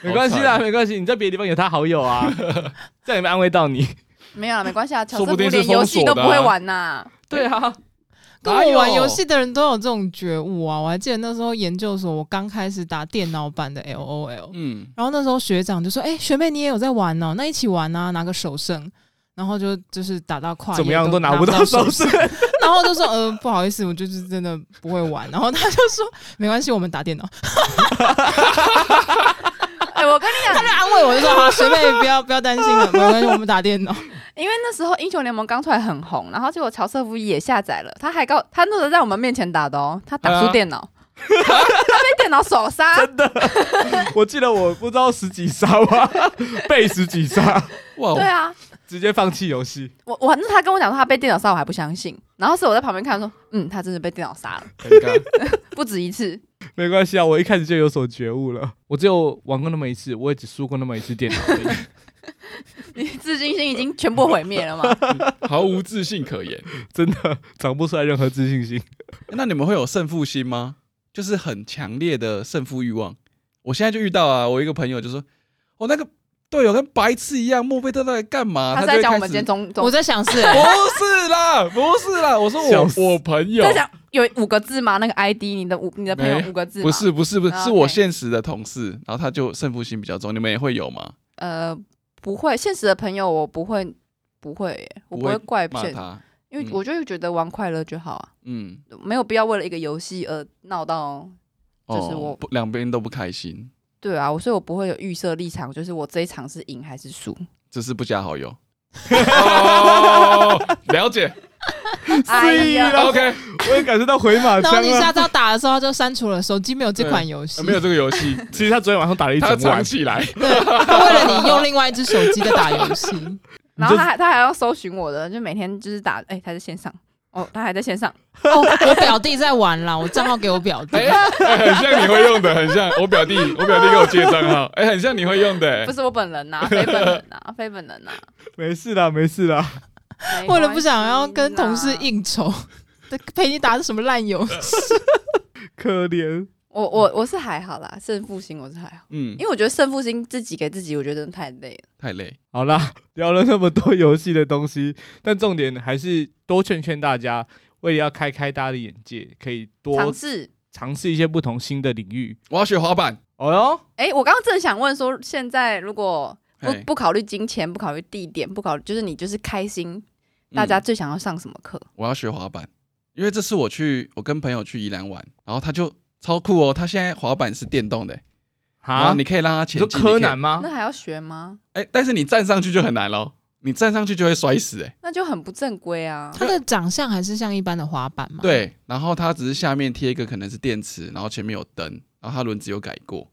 S1: 没关系
S4: 好
S1: 啦，
S4: 惨
S1: 没关系，你在别的地方有他好友 [laughs] 啊，这样也没安慰到你。
S3: 没有啊，没关系啊，乔
S4: 说
S3: 瑟
S4: 不
S3: 夫
S4: 定是
S3: 连游戏都
S4: 封锁的
S3: 不
S4: 啊
S3: 会玩呐、
S1: 对啊，
S2: 跟
S4: 哪有
S2: 我
S1: 哎
S2: 玩游戏的人都有这种觉悟啊！我还记得那时候研究所，我刚开始打电脑版的 LOL，
S4: 嗯，
S2: 然后那时候学长就说：“哎、学妹你也有在玩哦，那一起玩啊，拿个首胜。”然后就就是打到跨夜
S1: 怎么样
S2: 都
S1: 都拿不
S2: 不
S1: 到
S2: 首
S1: 手，势，
S2: [laughs]
S1: [laughs]
S2: 然后就说：“呃，不好意思，我就是真的不会玩。”然后他就说：“没关系，我们打电脑。
S3: 哎、我跟你”
S2: 他
S3: 讲
S2: 就，安慰我，就说：“好，学妹不要不要担心
S1: [laughs]
S2: 了，没关系，我们打电脑。
S3: 因为那时候英雄联盟刚出来很红，然后结果乔瑟夫也下载了，他还告他那时候在我们面前打的哦，他打
S4: 啊
S3: 输电
S4: [laughs]
S3: 脑，他被电脑手杀。
S1: 我记得我不知道十几杀吧， [laughs] 背十几杀，
S4: 哇，哦
S3: 对啊，
S1: 直接放弃游戏。
S3: 我我那他跟我讲说他被电脑杀，我还不相信。然后是我在旁边看说，嗯，他真的被电脑杀了，
S4: 尴尬，
S3: 不止一次。
S1: 没关系啊，我一开始就有所觉悟了。我只有玩过那么一次，我也只输过那么一次电脑而已。
S3: 你自信心已经全部毁灭了吗？
S4: 毫无自信可言。
S1: [laughs] 真的长不出来任何自信心。
S4: 那你们会有胜负心吗？就是很强烈的胜负欲望。我现在就遇到啊，我一个朋友就说，我、那个队友跟白痴一样，莫非啊他在干嘛？
S3: 他是
S4: 就
S3: 在
S4: 会
S3: 讲我
S4: 开
S3: 们
S4: 始
S3: 今天中
S2: 我
S3: 中，
S2: 在想
S1: [laughs]
S2: 是、
S4: 不是啦，不是啦，我说
S1: 笑
S4: 我
S1: 死
S4: 我朋友
S3: 在讲有五个字吗？那个 ID，你的五你的朋友
S4: 没
S3: 五个字吗
S4: 不是不是不是，
S3: 啊
S4: 是我
S3: OK
S4: 现实的同事，然后他就胜负心比较重，你们也会有吗？
S3: 呃不会，现实的朋友我不会不会耶，我不会怪
S4: 骂
S3: 现，
S4: 他，
S3: 因为
S4: 嗯
S3: 我就会觉得玩快乐就好啊，
S4: 嗯，
S3: 没有必要为了一个游戏而闹到。就是我
S4: 哦不两边都不开心，
S3: 对啊，我所以我不会有预设立场，就是我这一场是赢还是输。
S4: 只是不加好友。哦，了 [laughs] 解
S3: 哎
S1: [laughs]
S3: 呀，
S4: ，OK，
S1: 我也感受到回马
S2: 然后
S1: 枪啊
S2: 你下
S1: 了。
S2: 周打的时候他就删除了，手机没有这款
S1: [laughs]
S2: 游戏，
S4: 没有这个游戏，
S1: 其实他昨天晚上打了一
S4: 他
S1: 整晚
S4: 藏，起来，
S2: 他为了你用另外一只手机在打游戏。
S3: 然后
S1: 你
S3: 他还他还要搜寻我的，就每天就是打，哎、他在线上，哦，他还在线上，
S2: 哦， [laughs] 我表弟在玩啦，我账号给我表弟。
S4: 哎，哎很像你会用的，很像我表弟，我表弟给我借账号，哎，很像你会用的
S3: 不，是我本人呐、非本人呐、非本人呐、
S1: [laughs] 没事啦，没事啦。
S2: [laughs]
S3: 没
S2: [laughs] 为了
S3: 关
S2: 不想要
S3: 系
S2: 跟同事
S3: 啦。
S2: 应酬， [laughs] 陪你打的什么烂游戏？
S1: 可怜，
S3: 我我我是还好啦，胜负心我是还好，
S4: 嗯
S3: 因，为我觉得胜负心自己给自己，我觉得真的太累了。
S4: 太累，
S1: 好啦， [laughs] 聊了那么多游戏的东西，但重点还是多劝劝大家，为了要开开大家的眼界，可以
S3: 尝
S1: 多
S3: 试，
S1: 尝试一些不同新的领域。
S4: 我要学滑板，
S1: 哦哟，
S3: 哎、我刚刚正想问说，现在如果不
S4: 嘿
S3: 不考虑金钱，不考虑地点，不考虑就是你就是开心，大家
S4: 嗯
S3: 最想要上什么课？
S4: 我要学滑板，因为这次我去，我跟朋友去宜兰玩，然后他就超酷哦，他现在滑板是电动的，然
S1: 啊
S4: 后，你可以让他
S1: 你
S4: 前
S1: 说
S4: 进，
S1: 柯南
S4: 你
S2: 啊
S1: 吗
S3: 那？还要学吗？
S4: 可以，哎，但是你站上去就很难咯，你站上去就会摔死，哎，
S3: 那就很不正规啊。
S2: [laughs] 他的长相还是像一般的滑板吗？，
S4: 对，然后它只是下面贴一个可能是电池，然后前面有灯，然后它轮子有改过。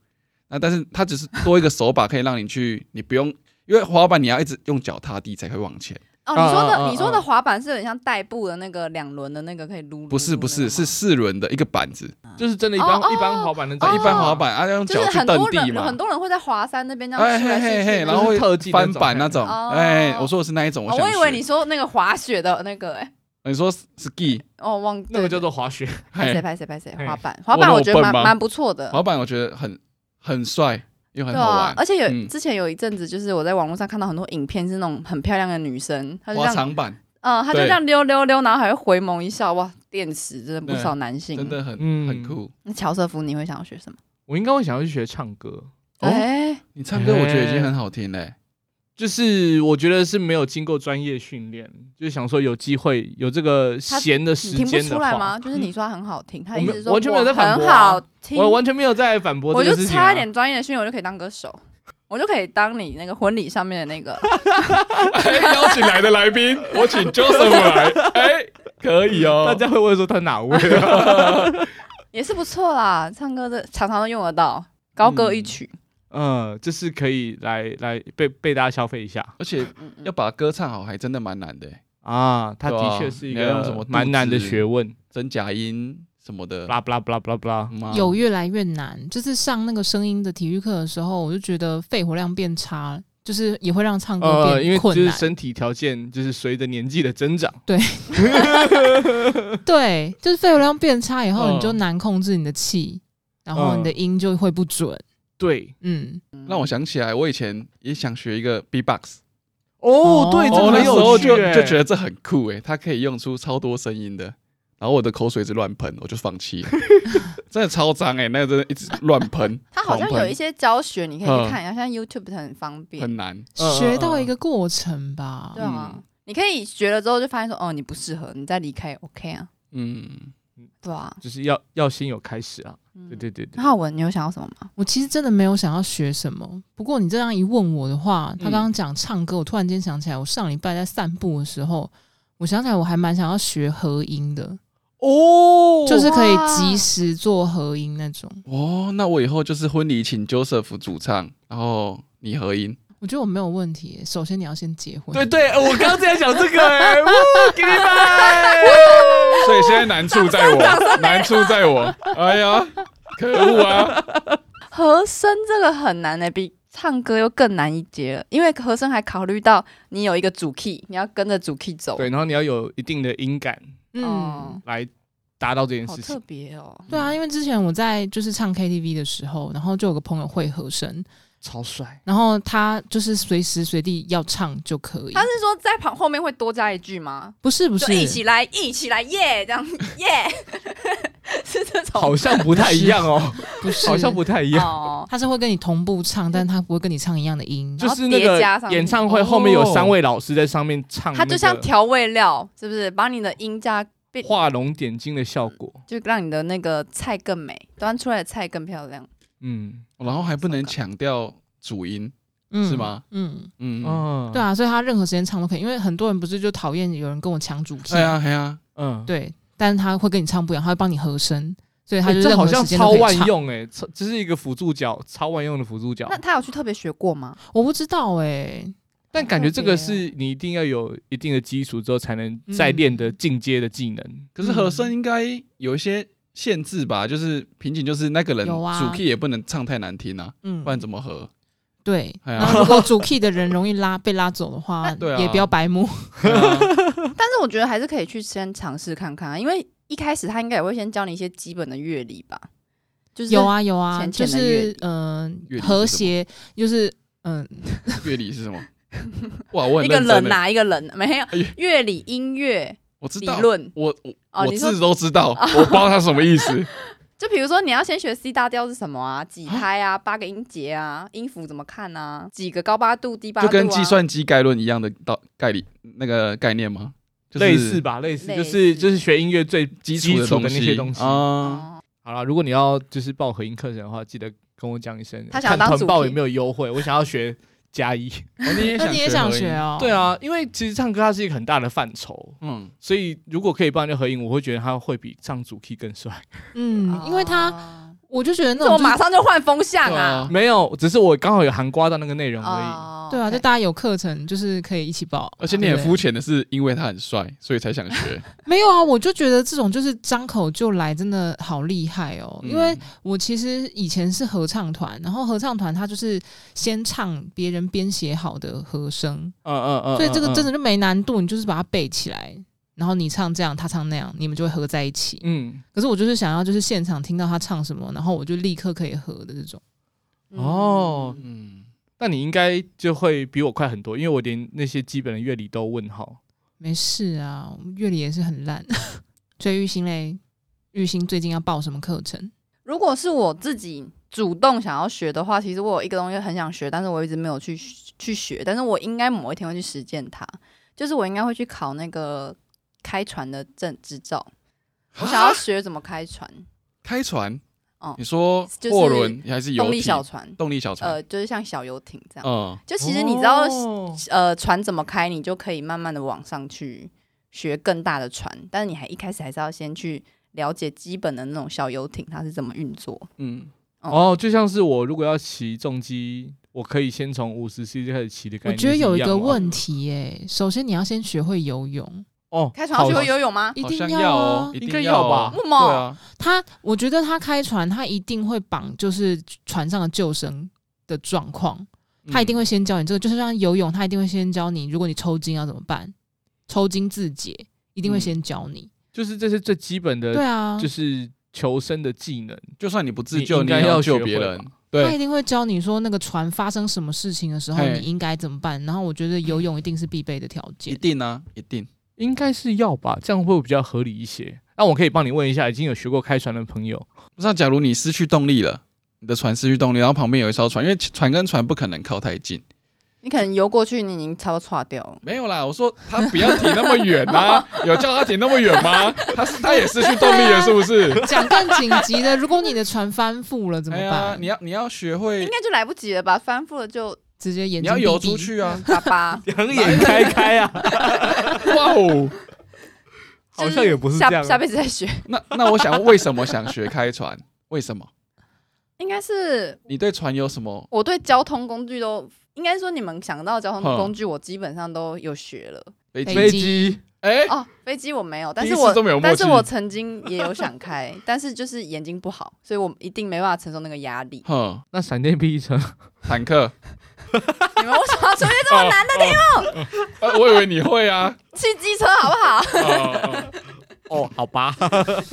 S4: 那但是它只是多一个手把，可以让你去，你不用，因为滑板你要一直用脚踏地才会往前。
S3: 哦，你说的、
S1: 啊
S4: 嗯
S1: 啊啊啊
S3: 你说的滑板是很像代步的那个两轮的那个可以撸，
S4: 不是不是，是四轮的一个板子，
S1: 就是真的一般
S3: 哦哦
S1: 一般滑板的
S3: 哦
S1: 种，
S4: 一般滑板啊要用
S3: 就是
S4: 脚去
S3: 很
S4: 蹬
S3: 多
S4: 地
S3: 人
S4: 嘛
S3: 很。多人会在华山那边这
S4: 哎
S3: 样试
S4: 嘿
S3: 来
S4: 嘿
S3: 试
S4: 嘿，
S3: 去，
S4: 然后
S1: 就是
S4: 会
S1: 特技那
S4: 翻
S1: 种
S4: 板那种，
S3: 哦
S4: 哎，我说的是那一种，
S3: 哦
S4: 想
S3: 我以为
S4: 学
S3: 你说那个滑雪的那个，哎，
S4: 你说 [laughs] ski，
S3: 哦，忘
S1: 那个叫
S3: 做
S1: 做滑雪，
S3: 拍谁
S4: 嘿，
S3: 拍谁拍谁
S1: 嘿
S3: 滑板，滑板
S4: 我
S3: 我觉得蛮
S4: 笨吗
S3: 蛮不错的，
S4: 滑板我觉得很很帅又很
S3: 对
S4: 好
S3: 啊
S4: 玩，，
S3: 而且有
S4: 嗯
S3: 之前有一阵子，就是我在网络上看到很多影片，是那种很漂亮的女生，她就这
S4: 滑
S3: 样，
S4: 长板
S3: 嗯，她就
S4: 对
S3: 这样溜溜溜，然后还会回眸一笑，哇，电池真的不
S4: 对
S3: 少男性，
S4: 真的很
S1: 嗯
S4: 很酷。
S3: 那乔瑟夫你会想要学什么？
S1: 我应该会想要去学唱歌，
S4: 哦
S3: 哎，
S4: 你唱歌我觉得已经很好听嘞，
S1: 就是我觉得是没有经过专业训练，就想说有机会有这个闲的时
S3: 你听不
S1: 间的
S3: 出来
S1: 话嗯
S3: 吗？，就是你说他很好听，他
S1: 我
S3: 一
S1: 没
S3: 直说
S1: 完全没有在
S3: 我
S1: 反驳
S3: 很
S1: 啊
S3: 好听，
S1: 我完全没有在反驳
S3: 我
S1: 这
S3: 就
S1: 个事情、啊。
S3: 差一
S1: [laughs]
S3: 点专业的训练，我就可以当歌手，我就可以当你那个婚礼上面的那个。
S4: 邀请来的来 [laughs] 宾，我请 Joseph 来，哎，可以哦
S1: 大家会问说他哪位、啊？
S3: 也是不错啦，唱歌的常常都用得到，高歌一曲。
S1: 嗯，就是可以来来被被大家消费一下
S4: 而且
S3: 嗯嗯
S4: 要把歌唱好还真的蛮难的欸，
S1: 啊，它
S4: 对
S1: 的
S4: 啊
S1: 确是一
S4: 你要用什
S1: 个
S4: 么
S1: 蛮
S4: 肚
S1: 难的
S4: 子嗯
S1: 学问，
S4: 真假音什么的，
S1: blah blah blah blah blah。
S4: 嗯啊
S2: 有越来越难。这次上那个声音的体育课的时候，我就觉得肺活量变差了，就是也会让唱歌
S1: 呃，因为
S2: 变
S1: 就
S2: 困
S1: 是
S2: 难。
S1: 身体条件，就是随着年纪的增长，
S2: 对，就是肺活量变差以后，
S1: 嗯
S2: 你就难控制你的气，然后你的音就会不准。
S1: 对，
S2: 嗯，
S4: 让我想起来，我以前也想学一个 B-box，
S1: 哦，对，
S2: 哦
S1: 这个
S4: 哦，那
S1: 很
S4: 时候
S1: 有趣
S4: 就
S1: 欸，
S4: 就觉得这很酷欸诶，它可以用出超多声音的。然后我的口水一直乱喷，我就放弃了， [laughs] 真的超脏诶，欸那个真的一直乱喷，
S3: [laughs] 它好像
S4: 狂喷
S3: 有一些教学，你可以
S4: 嗯
S3: 去看一下，现在 YouTube 很方便，
S4: 很难。
S1: 嗯
S2: 学到一个过程吧
S3: 对。啊
S4: 嗯。
S3: 你可以学了之后就发现说，哦，你不适合，你再离开，OK 啊，
S4: 嗯，
S3: 对啊。
S1: 就是要要先有开始啊，对对对对
S3: 那，浩文，你有想要什么吗？
S2: 我其实真的没有想要学什么，不过你这样一问我的话，他刚刚讲唱歌，我突然间想起来，我上礼拜在散步的时候，我想起来我还蛮想要学合音的，
S1: 哦
S2: 就是可以
S3: 哇
S2: 及时做合音那种。
S4: 哦，那我以后就是婚礼请 Joseph 主唱，然后你合音。
S2: 我觉得我没有问题耶。首先你要先结婚，
S1: 对对，我刚刚在讲这个，哎，哇给 [laughs] 你拜，
S4: 所以现在难处在我，难处在我。哎呀，可恶啊！
S3: 和声这个很难呢、欸比唱歌又更难一截了，因为和声还考虑到你有一个主 key，你要跟着主 key 走，
S1: [laughs] 对，然后你要有一定的音感
S2: 嗯，
S3: 哦
S1: 来达到这件
S3: 好
S1: 事
S3: 特
S1: 情，
S3: 别哦。
S2: 对啊，因为之前我在就是唱 KTV 的时候，然后就有个朋友会和声，
S1: 超帅，
S2: 然后他就是随时随地要唱就可以
S3: 他，是说在旁后面会多加一句吗？
S2: 不是不，
S3: 就是一起来，一起来，耶！这样耶， [laughs] 是这种
S1: 好啊像不太一样哦，
S2: 不是，
S1: 好像不太一样，
S3: 哦，
S2: 他是会跟你同步唱，但他不会跟你唱一样的音。
S1: 就
S3: 然后
S1: 是那
S3: 叠加
S1: 个
S3: 上去
S1: 演唱会后面有三位老师在上面唱，
S3: 它就像调味料，是不是？把你的音加，
S1: 画龙点睛的效果，
S3: 就让你的那个菜更美，端出来的菜更漂亮。
S1: 嗯
S4: 然后还不能强调主音，
S2: 嗯
S4: 是吗？
S2: 嗯，
S4: 嗯，
S1: 嗯，
S2: 对啊，所以他任何时间唱都可以，因为很多人不是就讨厌有人跟我抢主题，
S4: 哎呀，哎呀，
S1: 嗯，
S2: 对，但是他会跟你唱不一样，他会帮你和声，所以他
S1: 欸
S2: 就
S1: 这
S2: 任
S1: 好
S2: 何
S1: 像
S2: 时间都
S1: 超
S2: 可以
S1: 万
S2: 唱
S1: 用哎、欸，超这是一个辅助角，超万用的辅助角
S3: 那。他有去特别学过吗？
S2: 我不知道哎、
S1: 但感觉这个
S3: 特别啊
S1: 是你一定要有一定的基础之后，才能再练的进阶的技能。
S4: 可是和
S3: 嗯
S4: 声应该有一些限制吧？就是瓶颈，就是那个人
S2: 有啊
S4: 主 key 也不能唱太难听啊，
S2: 嗯
S4: 不，然怎
S1: [laughs]
S4: 么合？
S2: 对。
S4: 哎
S2: 然后如果主 key 的人容易拉被拉走的话，
S4: [laughs] 对啊
S2: 也不要白目。
S4: 对啊
S3: 但是我觉得还是可以去先尝试看看啊，因为一开始他应该也会先教你一些基本的乐理吧，就是
S2: 有，啊有啊，
S3: 浅
S2: 就
S3: 浅的乐
S2: 是
S3: 理
S2: 嗯、
S4: 乐理是
S2: 和
S4: 什么
S2: 谐，就是嗯、
S4: 乐理是什么？ [laughs] 哇，我
S3: 一
S4: 很
S3: 个
S4: 认真
S3: 人
S4: 欸
S3: 哪、一个人没有
S4: [laughs] 哎呀
S3: 乐理音乐
S4: 我知
S3: 理
S4: 道，
S3: 论。
S4: 我我、
S3: 哦
S4: 我
S3: 你说
S4: 字都知道，我不知道它什么意思。
S3: [laughs] 就比如说，你要先学 C 大调是什么啊，几拍啊，八个音节啊，音符怎么看啊，几个高八度、低八度、
S4: 就
S3: 啊，
S4: 跟计算机概论一样的道概理那个概念吗？就是、
S1: 类似吧，类似
S3: 类
S1: 就是
S3: 似
S1: 就是学音乐最
S4: 基
S1: 基础
S4: 础的东
S1: 那
S4: 西
S1: 些东西。
S4: 啊。
S3: 哦。
S1: 好了，如果你要就是报合音课程的话，记得跟我讲一声。
S3: 他想要
S1: 看
S3: 当
S1: 团报
S3: 主题
S1: 有没有优惠？我想要学加一。
S4: 哦你也
S2: 那你也想学
S1: [laughs]
S2: 哦？
S4: 啊？
S1: 对，啊，因为其实唱歌它是一个很大的范畴，
S4: 嗯，
S1: 所以如果可以帮人家合音，我会觉得他会比唱主 key 更帅。
S2: 嗯，因为他
S3: 他
S2: 我就觉得那种
S3: 哦怎么
S2: 就
S3: 马
S2: 是
S3: 上就换风向啊？
S1: 没有，只是我刚好有含刮到那个内容而已。
S3: 哦
S2: 对啊，就
S3: OK
S2: 大家有课程就是可以一起报，
S4: 而且你很
S2: 对不对
S4: 肤浅的是，因为他很帅，所以才
S3: [laughs]
S4: 想学。
S2: 没有啊，我就觉得这种就是张口就来，真的好厉害哦。因为
S4: 嗯
S2: 我其实以前是合唱团，然后合唱团它就是先唱别人编写好的和声，
S1: 嗯嗯嗯，
S2: 所以这个
S1: 嗯
S2: 真的就没难度，你就是把它背起来，然后你唱这样，他唱那样，你们就会合在一起。
S1: 嗯
S2: 可是我就是想要就是现场听到他唱什么，然后我就立刻可以合的这种。
S3: 嗯
S1: 哦，
S4: 嗯，
S1: 那你应该就会比我快很多，因为我连那些基本的乐理都问好。
S2: 没事啊，我们乐理也是很烂。 [laughs] 所以玉兴嘞，玉兴最近要报什么课程？
S3: 如果是我自己主动想要学的话，其实我有一个东西很想学，但是我一直没有去去学，但是我应该某一天会去实践它，就是我应该会去考那个开船的证执照。我想要学怎么开船，
S4: 开船
S3: 哦
S4: 你说
S3: 就是
S4: 货轮还是游
S3: 动力
S4: 艇
S3: 小船，
S4: 动力小船？
S3: 呃，就是像小游艇这样。
S4: 嗯，
S3: 就其实你知道，
S1: 哦
S3: 呃，船怎么开，你就可以慢慢的往上去学更大的船，但是你还一开始还是要先去了解基本的那种小游艇它是怎么运作。
S4: 嗯，
S1: 哦哦，就像是我如果要骑重机，我可以先从五十 cc 开始骑的概
S2: 我
S1: 念
S2: 觉得
S1: 是
S2: 有一
S1: 样
S2: 个
S1: 吗
S2: 问题耶、首先你要先学会游泳，
S1: 哦，
S3: 开船要学
S1: 好
S3: 会游泳吗？
S2: 一
S4: 好
S2: 定
S4: 像
S2: 啊
S4: 哦，。
S1: 一
S4: 一
S1: 定
S4: 定
S1: 要
S4: 哦
S1: 吧
S3: 为什
S4: 对
S3: 么
S4: 啊，
S2: 他，我觉得他开船，他一定会绑就是船上的救生的状况，他一定
S1: 嗯
S2: 会先教你这个，就是像游泳，他一定会先教你，如果你抽筋要怎么办，抽筋自解，一定会
S4: 嗯呃
S2: 先教你。
S1: 就是这是最基本的，
S2: 对啊，
S1: 就是求生的技能。
S4: 就算你不自
S1: 你
S4: 救，
S1: 应
S4: 你
S1: 该
S4: 也
S1: 要
S4: 救
S1: 学
S4: 别
S1: 会
S4: 人
S1: 吧。
S2: 他一
S4: 对，
S2: 定会教你说那个船发生什么事情的时候
S4: 嘿
S2: 你应该怎么办，然后我觉得游泳一定是必备的条
S4: 一
S2: 件。
S4: 定啊，一定。
S1: 应该是要吧，这样会不会比较合理一些？那我可以帮你问一下，已经有学过开船的朋友，，
S4: 那假如你失去动力了，你的船失去动力，然后旁边有一艘船，因为船跟船不可能靠太近。
S3: 你可能游过去，你已经差不多垮掉了。
S4: 没有啦，我说他不要停那么远 [laughs] 啊，有叫他停那么远吗？他是他也失去动力了，是不是？
S2: 讲更紧急的，如果你的船翻覆了怎么
S4: 哎呀，
S2: 办
S4: 你？要你要学
S3: 应
S4: 会，
S3: 该就来不及了吧？翻覆了就嗯
S2: 直接哎眼
S4: 你
S2: 睛
S4: 要游
S2: 闭闭
S4: 出。去啊！
S3: 爸爸
S4: [laughs]
S1: 两眼开开
S2: [laughs]
S1: 啊！哇哦，好像也不是这
S3: 下
S1: 样
S3: 下
S1: 啊。
S3: 辈子再学。
S4: 那那我想，为什么想学开船？为什么？
S3: 应该是
S4: 你对船有什么？
S3: 我对交通工具都，应该说你们想到的交通工具，我基本上都有学了。
S4: 飞机？
S1: 飞
S2: 飞
S1: 机
S2: 机
S4: 哎，
S3: 哦，飞机我没有，但
S4: 第一
S3: 是
S4: 次
S3: 我
S4: 都没有默
S3: 但是
S4: 契。
S3: 我曾经也有想开，但是就是眼睛不好，所以我一定没办法承受那个压力
S4: 哼，
S1: 那闪电霹雳车，
S4: 坦克。
S3: 你们为什么要出现
S4: [laughs]
S1: 这
S4: 哦
S1: 么难的题
S4: 呃，我以为你会 [laughs] 啊。
S3: 去机车好不好？
S4: 哦
S1: 目哦，好吧，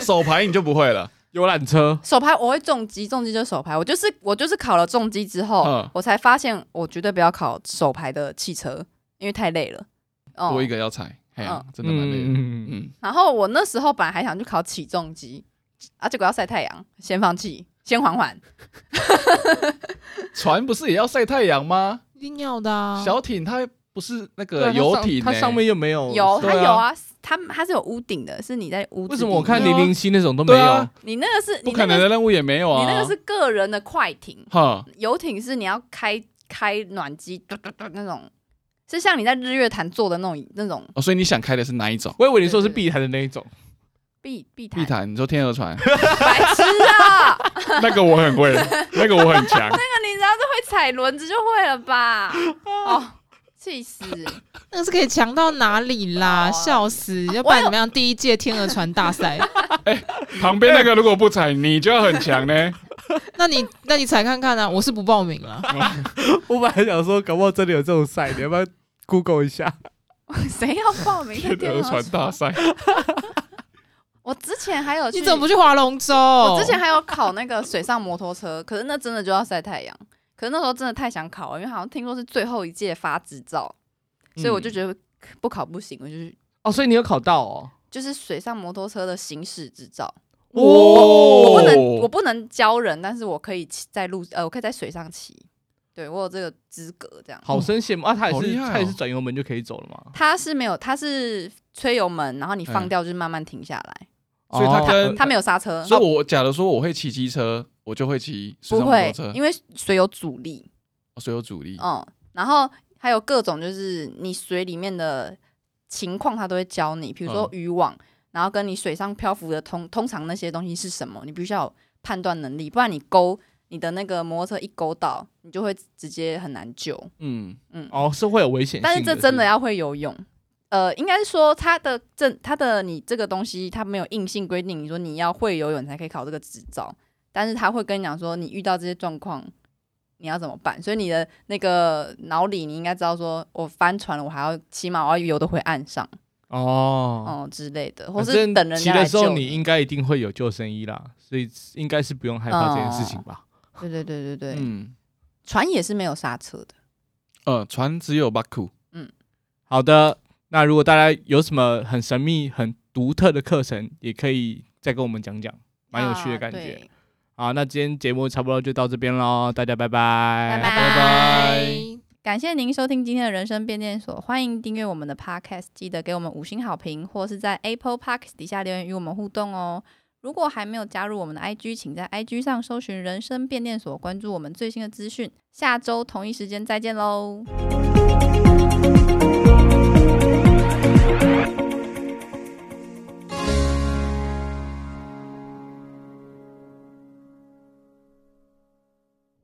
S4: 手牌你就不会了。
S1: [laughs] 游览车
S3: 手牌我会重击，重击就是手牌。我就是我就是考了重击之后，
S4: 嗯
S3: 我才发现我绝对不要考手牌的汽车，因为太累了。哦
S4: 多一个要踩，哎
S2: 哦
S4: 呀，真的蛮累的。
S1: 嗯嗯嗯
S4: 嗯，
S3: 然后我那时候本来还想去考起重机，啊，结果要晒太阳，先放弃，先缓缓。
S4: 船不是也要晒太阳吗？
S2: 一定要的啊！
S4: 小艇它不是那
S1: 对啊
S4: 个
S1: 它
S4: 游
S1: 上
S4: 艇呢，
S1: 它上面又没有
S3: 有，它
S4: 对啊
S3: 有啊，它它是有屋顶的，是你在屋。
S1: 为什么我看
S4: 你
S1: 零零七那种都没
S4: 对
S1: 有
S4: 啊？，
S3: 你那个是
S4: 不可能的任务也没有
S3: 你那
S4: 啊。
S3: 个，你那个是个人的快艇，
S4: 哈，
S3: 游艇是你要开开暖机，嘟嘟嘟那种，是像你在日月潭坐的那种那种
S4: 哦，所以你想开的是哪一种？
S1: 我以为你说是碧潭的那一种，
S3: 碧碧
S4: 碧
S3: 潭，
S4: 潭，你说天鹅船， [laughs]
S3: 白痴啊！
S4: 那个我很会，
S3: [laughs]
S4: 那个我很强。
S3: 那 [laughs] 你只要是会踩轮子就会了吧？哦，气死！
S2: 那个是可以强到哪里啦？
S3: 哦
S2: 笑死！要不
S3: 我有
S2: 然怎么样？第一届天鹅船大
S3: [laughs]
S2: 赛，
S4: 旁边那个如果不踩，你就要很
S3: [laughs]
S4: 强呢。
S2: 那你那你踩看看啊！我是不报名了，
S1: [laughs] 我本来想说，搞不好真的有这种赛，你要不要 Google 一下？
S3: 谁要报名在
S4: 天
S3: 天
S4: 鹅
S3: 鹅
S4: [laughs] 船大赛，
S3: 我之前还有去，
S2: 你怎么不去划龙舟？
S3: 我
S2: 我
S3: 之前还有考那个水上摩托车，可是那真的就要晒太阳。可是那时候真的太想考了，因为好像听说是最后一届发执照，所以我就觉得不考不行，我就是
S1: [laughs] 哦，所以你有考到哦，
S3: 就是水上摩托车的行驶执照。
S1: 哦
S3: 我不能
S4: 哦
S3: 我不能教人，但是我可以骑在路，呃，我可以在水上骑，对我有这个资格这样。
S1: 好生羡慕啊！他也
S4: 好
S1: 是
S4: 厉害哦
S1: 他也是转油门就可以走了 [laughs] 嘛，
S3: 它是没有，它是吹油门，然后你
S4: 嗯
S3: 放掉就是慢慢停下来，
S4: 所以他
S1: 哦
S4: 跟
S3: 它没有刹车，
S4: 呃
S3: 哦
S4: 所以我假如说我会骑机车，我就会骑水
S3: 不
S4: 上摩托
S3: 会
S4: 车，，
S3: 因为水有阻力，
S4: 哦所以有阻力。
S3: 嗯，然后还有各种就是你水里面的情况，它都会教你，比如
S4: 嗯
S3: 说渔网，然后跟你水上漂浮的通通常那些东西是什么，你必须要有判断能力，不然你勾你的那个摩托车一勾到，你就会直接很难救，
S4: 嗯，
S3: 嗯，
S1: 哦是会有危险性，
S3: 但是这真的
S1: 要
S3: 要会游泳。呃，应该是说它的证，它的你这个东西，它没有硬性规定，你说你要会游泳才可以考这个执照，但是他会跟你讲说，你遇到这些状况，你要怎么办？所以你的那个脑里，你应该知道说，我翻船了，我还要起码我要游得回岸上，
S1: 哦。
S3: 哦、之类的，或是
S1: 反正
S3: 等人
S1: 骑
S3: 家来
S1: 的时
S3: 救
S1: 候，你应该一定会有救生衣啦，所以应该是不用害怕这件事
S3: 嗯
S1: 情吧？
S3: 对对对对对，
S4: 嗯，
S3: 船也是没有刹车的。
S4: 呃，船只有巴库，
S1: 好的，那如果大家有什么很神秘、很独特的课程，也可以再跟我们讲讲，蛮有趣的感
S3: 啊
S1: 觉。
S3: 对
S1: 好，那今天节目差不多就到这边喽，大家拜拜，
S3: 拜拜
S4: 拜拜。
S3: 感谢您收听今天的人生变电所，欢迎订阅我们的 Podcast，记得给我们五星好评，或是在 Apple Podcast 底下留言与我们互动哦。如果还没有加入我们的 IG，请在 IG 上搜寻“人生变电所”，关注我们最新的资讯。下周同一时间再见喽！